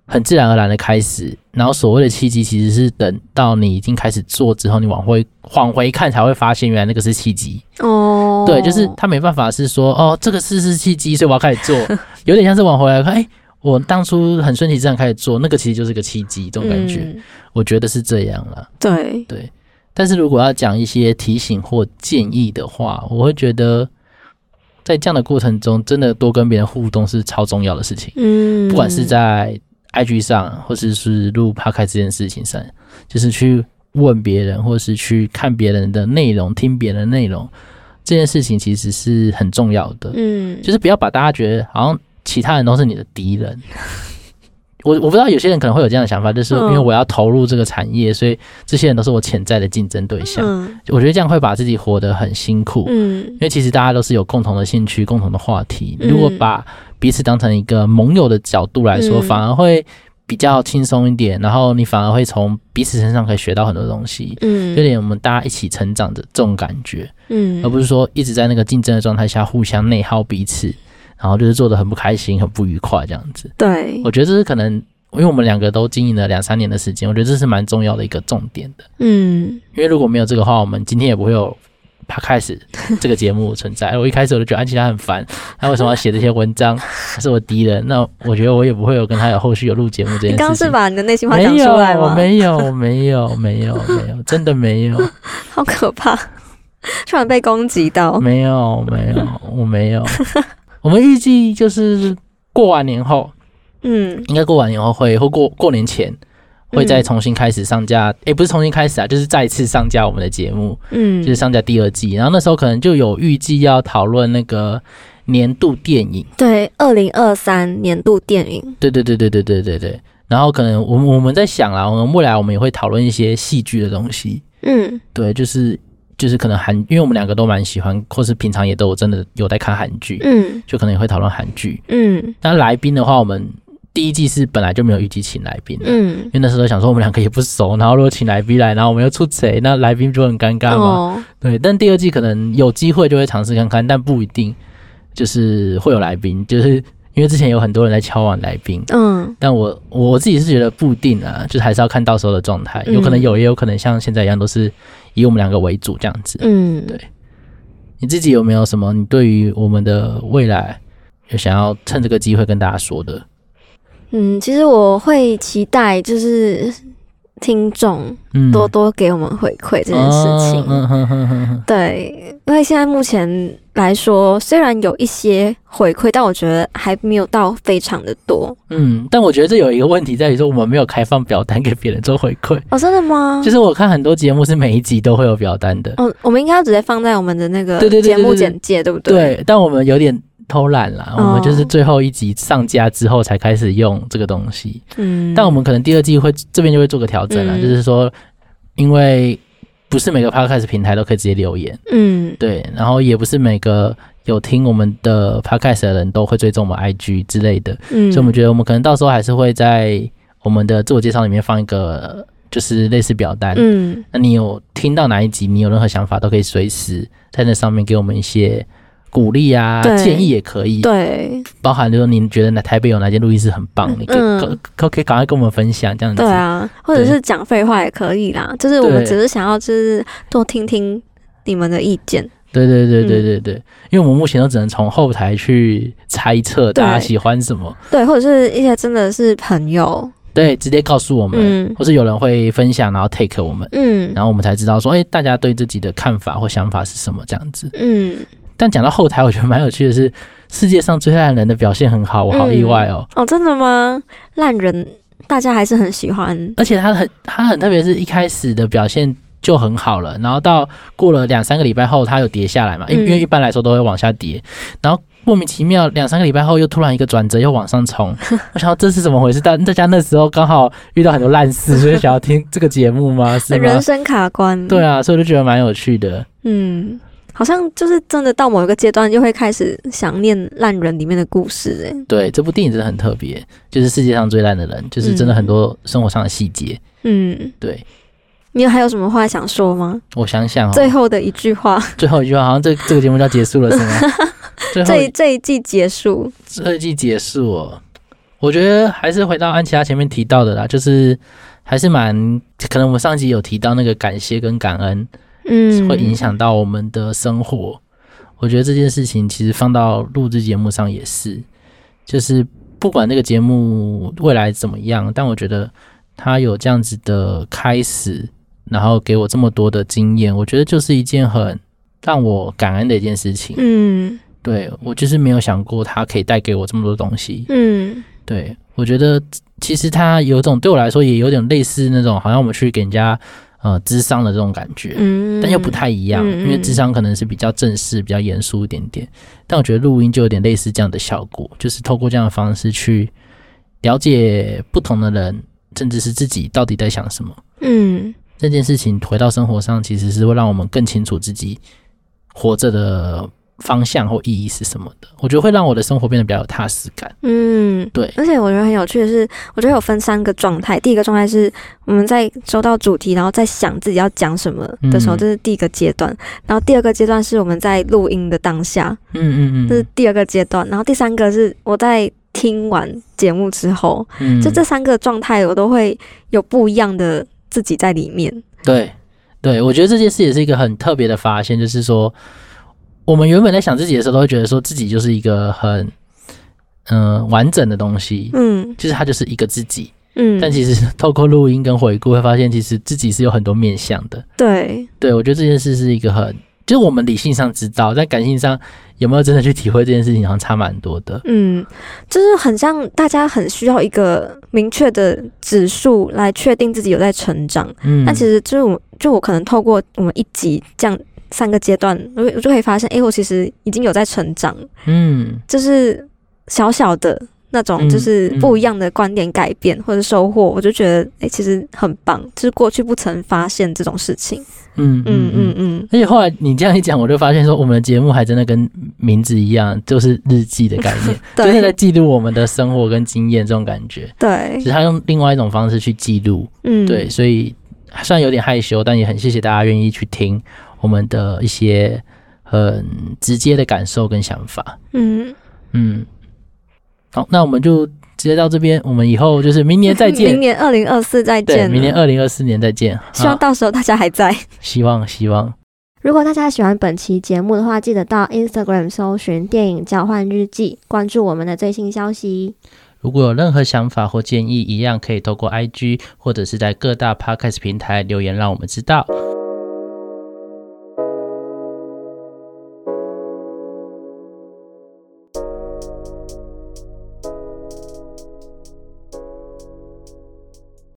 很自然而然的开始，然后所谓的契机其实是等到你已经开始做之后，你往回往回看才会发现原来那个是契机。
得哦，
对，就是他没办法是说哦这个是是契机，所以我要开始做，
<laughs>
有点像是往回来看，哎，我当初很顺其自然开始做，那个其实就是个契机，这种感觉，
嗯
我觉得是这样啦。
对，
对，但是如果要讲一些提醒或建议的话，我会觉得在这样的过程中，真的多跟别人互动是超重要的事情，
嗯，
不管是在 IG 上，或是是录 p 开这件事情上，就是去问别人，或是去看别人的内容、听别人的内容，这件事情其实是很重要的。
嗯，
就是不要把大家觉得好像其他人都是你的敌人。 <laughs> 我我不知道有些人可能会有这样的想法，就是因
嗯
为我要投入这个产业，所以这些人都是我潜在的竞争对象。
嗯
我觉得这样会把自己活得很辛苦，
嗯
因为其实大家都是有共同的兴趣、共同的话题。
嗯
如果把彼此当成一个盟友的角度来说，
嗯
反而会比较轻松一点，然后你反而会从彼此身上可以学到很多东西，
嗯，
有点我们大家一起成长的这种感觉。
嗯，
而不是说一直在那个竞争的状态下互相内耗彼此，然后就是做的很不开心、很不愉快这样子。
对，
我觉得这是可能，因为我们两个都经营了两三年的时间，我觉得这是蛮重要的一个重点的。
嗯
因为如果没有这个话，我们今天也不会有 p
<laughs>
开始这个节目存在。我一开始我就觉得安琪拉很烦，她为什么要写这些文章？她是我敌人，那我觉得我也不会有跟她有后续有录节目这
你
件事情。
刚刚是把你的内心话
没
讲出
有
来，
我
吗？
没有，没有，没有，没有，真的没有。
好可怕， <laughs> 突然被攻击到，
没有，没有，我没有。 <laughs> 我们预计就是过完年后，
嗯
应该过完年后会，或过过年前会再
嗯
重新开始上架。诶、不是重新开始啊，就是再次上架我们的节目，
嗯，
就是上架第二季。然后那时候可能就有预计要讨论那个年度电影。
对，二零二三年度电影，
对对对对对对对对。然后可能我们我们在想啦，我们未来我们也会讨论一些戏剧的东西。
嗯
对，就是就是可能韩，因为我们两个都蛮喜欢，或是平常也都有真的有在看韩剧，
嗯
就可能也会讨论韩剧。
嗯
那来宾的话，我们第一季是本来就没有预计请来宾的，
嗯
因，为那时候想说我们两个也不熟，然后如果请来宾来，然后我们又出谁，那来宾就很尴尬嘛。
哦，
对，但第二季可能有机会就会尝试看看，但不一定就是会有来宾，就是因为之前有很多人在敲碗来宾。
嗯
但我我自己是觉得不一定啊，就是还是要看到时候的状态，
嗯
有可能有，也有可能像现在一样，都是以我们两个为主这样子。
嗯，
对你自己有没有什么你对于我们的未来有想要趁这个机会跟大家说的？
嗯，其实我会期待就是听众
嗯，
多多给我们回馈这件事情。
嗯哼哼哼哼，
对，因为现在目前来说，虽然有一些回馈，但我觉得还没有到非常的多。
嗯，但我觉得这有一个问题在于说，我们没有开放表单给别人做回馈。
哦，真的吗？
就是我看很多节目是每一集都会有表单的，
哦，我们应该要直接放在我们的那个
对对对
节
对
目
对
简介，对不对？
对，但我们有点偷懒啦，我
哦
们就是最后一集上架之后才开始用这个东西，
嗯，
但我们可能第二季会这边就会做个调整啦，
嗯
就是说，因为不是每个 podcast 平台都可以直接留言，
嗯
对，然后也不是每个有听我们的 podcast 的人都会追踪我们 IG 之类的，
嗯，
所以我们觉得我们可能到时候还是会在我们的自我介绍里面放一个就是类似表单。
嗯
那你有听到哪一集，你有任何想法都可以随时在那上面给我们一些鼓励啊，
对
建议也可以，
对
包含就是你觉得哪台北有哪间录音室很棒，你可
嗯
可可可以赶快跟我们分享这样子。
对啊，或者
嗯对
是讲废话也可以啦。就是我们
对
只是想要就是多听听你们的意见。
对对对对对
嗯
对，因为我们目前都只能从后台去猜测大家
对
喜欢什么。
对，或者是一些真的是朋友，
对，直接告诉我们，
嗯
或是有人会分享，然后 take 我们，
嗯
然后我们才知道说，哎、大家对自己的看法或想法是什么这样子。
嗯，
但讲到后台，我觉得蛮有趣的是，世界上最烂人的表现很好，我好意外哦。
哦，真的吗？烂人大家还是很喜欢，
而且他很他很特别，是一开始的表现就很好了，然后到过了两三个礼拜后，他有跌下来嘛，因
嗯
因为一般来说都会往下跌，然后。莫名其妙，两三个礼拜后又突然一个转折，又往
<laughs>
上冲。我想这是怎么回事？但大家那时候刚好遇到很多烂事，所以想要听这个节目
<laughs>
吗？是吗
人？生卡关。
对啊，所以我就觉得蛮有趣的。
嗯，好像就是真的到某一个阶段，就会开始想念《烂人》里面的故事、哎，
对，这部电影真的很特别，就是世界上最烂的人，就是真的很多生活上的细节。
嗯，
对
你还有什么话想说吗？
我想想哦，
最后的一句话，
最后一句话好像这这个节目就要结束了，是吗？最后
这一这一季结束，
这一季结束哦，我觉得还是回到安琪拉前面提到的啦，就是还是蛮可能我们上集有提到那个感谢跟感恩
嗯，
会影响到我们的生活。我觉得这件事情其实放到录制节目上也是，就是不管这个节目未来怎么样，但我觉得它有这样子的开始，然后给我这么多的经验，我觉得就是一件很让我感恩的一件事情。
嗯
对我就是没有想过它可以带给我这么多东西。
嗯
对我觉得其实它有种对我来说也有点类似那种，好像我们去给人家呃智商的这种感觉。
嗯，
但又不太一样，
嗯嗯
因为智商可能是比较正式、比较严肃一点点。但我觉得录音就有点类似这样的效果，就是透过这样的方式去了解不同的人，甚至是自己到底在想什么。
嗯
这件事情回到生活上，其实是会让我们更清楚自己活着的方向或意义是什么的。我觉得会让我的生活变得比较有踏实感。
嗯，
对
而且我觉得很有趣的是，我觉得有分三个状态。第一个状态是我们在收到主题，然后在想自己要讲什么的时候，
嗯
这是第一个阶段。然后第二个阶段是我们在录音的当下，
嗯嗯
这是
嗯
第二个阶段。然后第三个是我在听完节目之后，
嗯，
就这三个状态，我都会有不一样的自己在里面。
对对，我觉得这件事也是一个很特别的发现，就是说，我们原本在想自己的时候，都会觉得说自己就是一个很嗯、呃完整的东西，
嗯
就是它就是一个自己。
嗯，
但其实透过录音跟回顾，会发现其实自己是有很多面向的。
对，
对我觉得这件事是一个很，就是我们理性上知道，但感性上有没有真的去体会这件事情，好像差蛮多的。
嗯，就是很像大家很需要一个明确的指数来确定自己有在成长。
嗯，
那其实就我就我可能透过我们一集这样三个阶段，我我就可以发现，诶，我其实已经有在成长，
嗯
就是小小的那种，
嗯
就是不一样的观点改变、或者收获，我就觉得，诶，其实很棒，就是过去不曾发现这种事情。
嗯
嗯
嗯
嗯
嗯。
嗯，
而且后来你这样一讲，我就发现说，我们的节目还真的跟名字一样，就是日记的概念。 <laughs> 就是
嗯
在
对
记录我们的生活跟经验这种感觉，只
对，
是他用另外一种方式去记录，
哎嗯，
对，，所以虽然有点害羞，但也很谢谢大家愿意去听我们的一些很直接的感受跟想法，
嗯，
嗯，好，那我们就直接到这边，我们以后就是明年再
<laughs> 明
见，
年二零二四再
对，
见，
明年，二零二四年再见，
希望
啊
到时候大家还在。
希望希望，
<laughs> 如果大家喜欢本期节目的话，记得到 Instagram 搜寻“电影交换日记”，关注我们的最新消息。
如果有任何想法或建议，一样可以透过 IG 或者是在各大 Podcast 平台留言，让我们知道。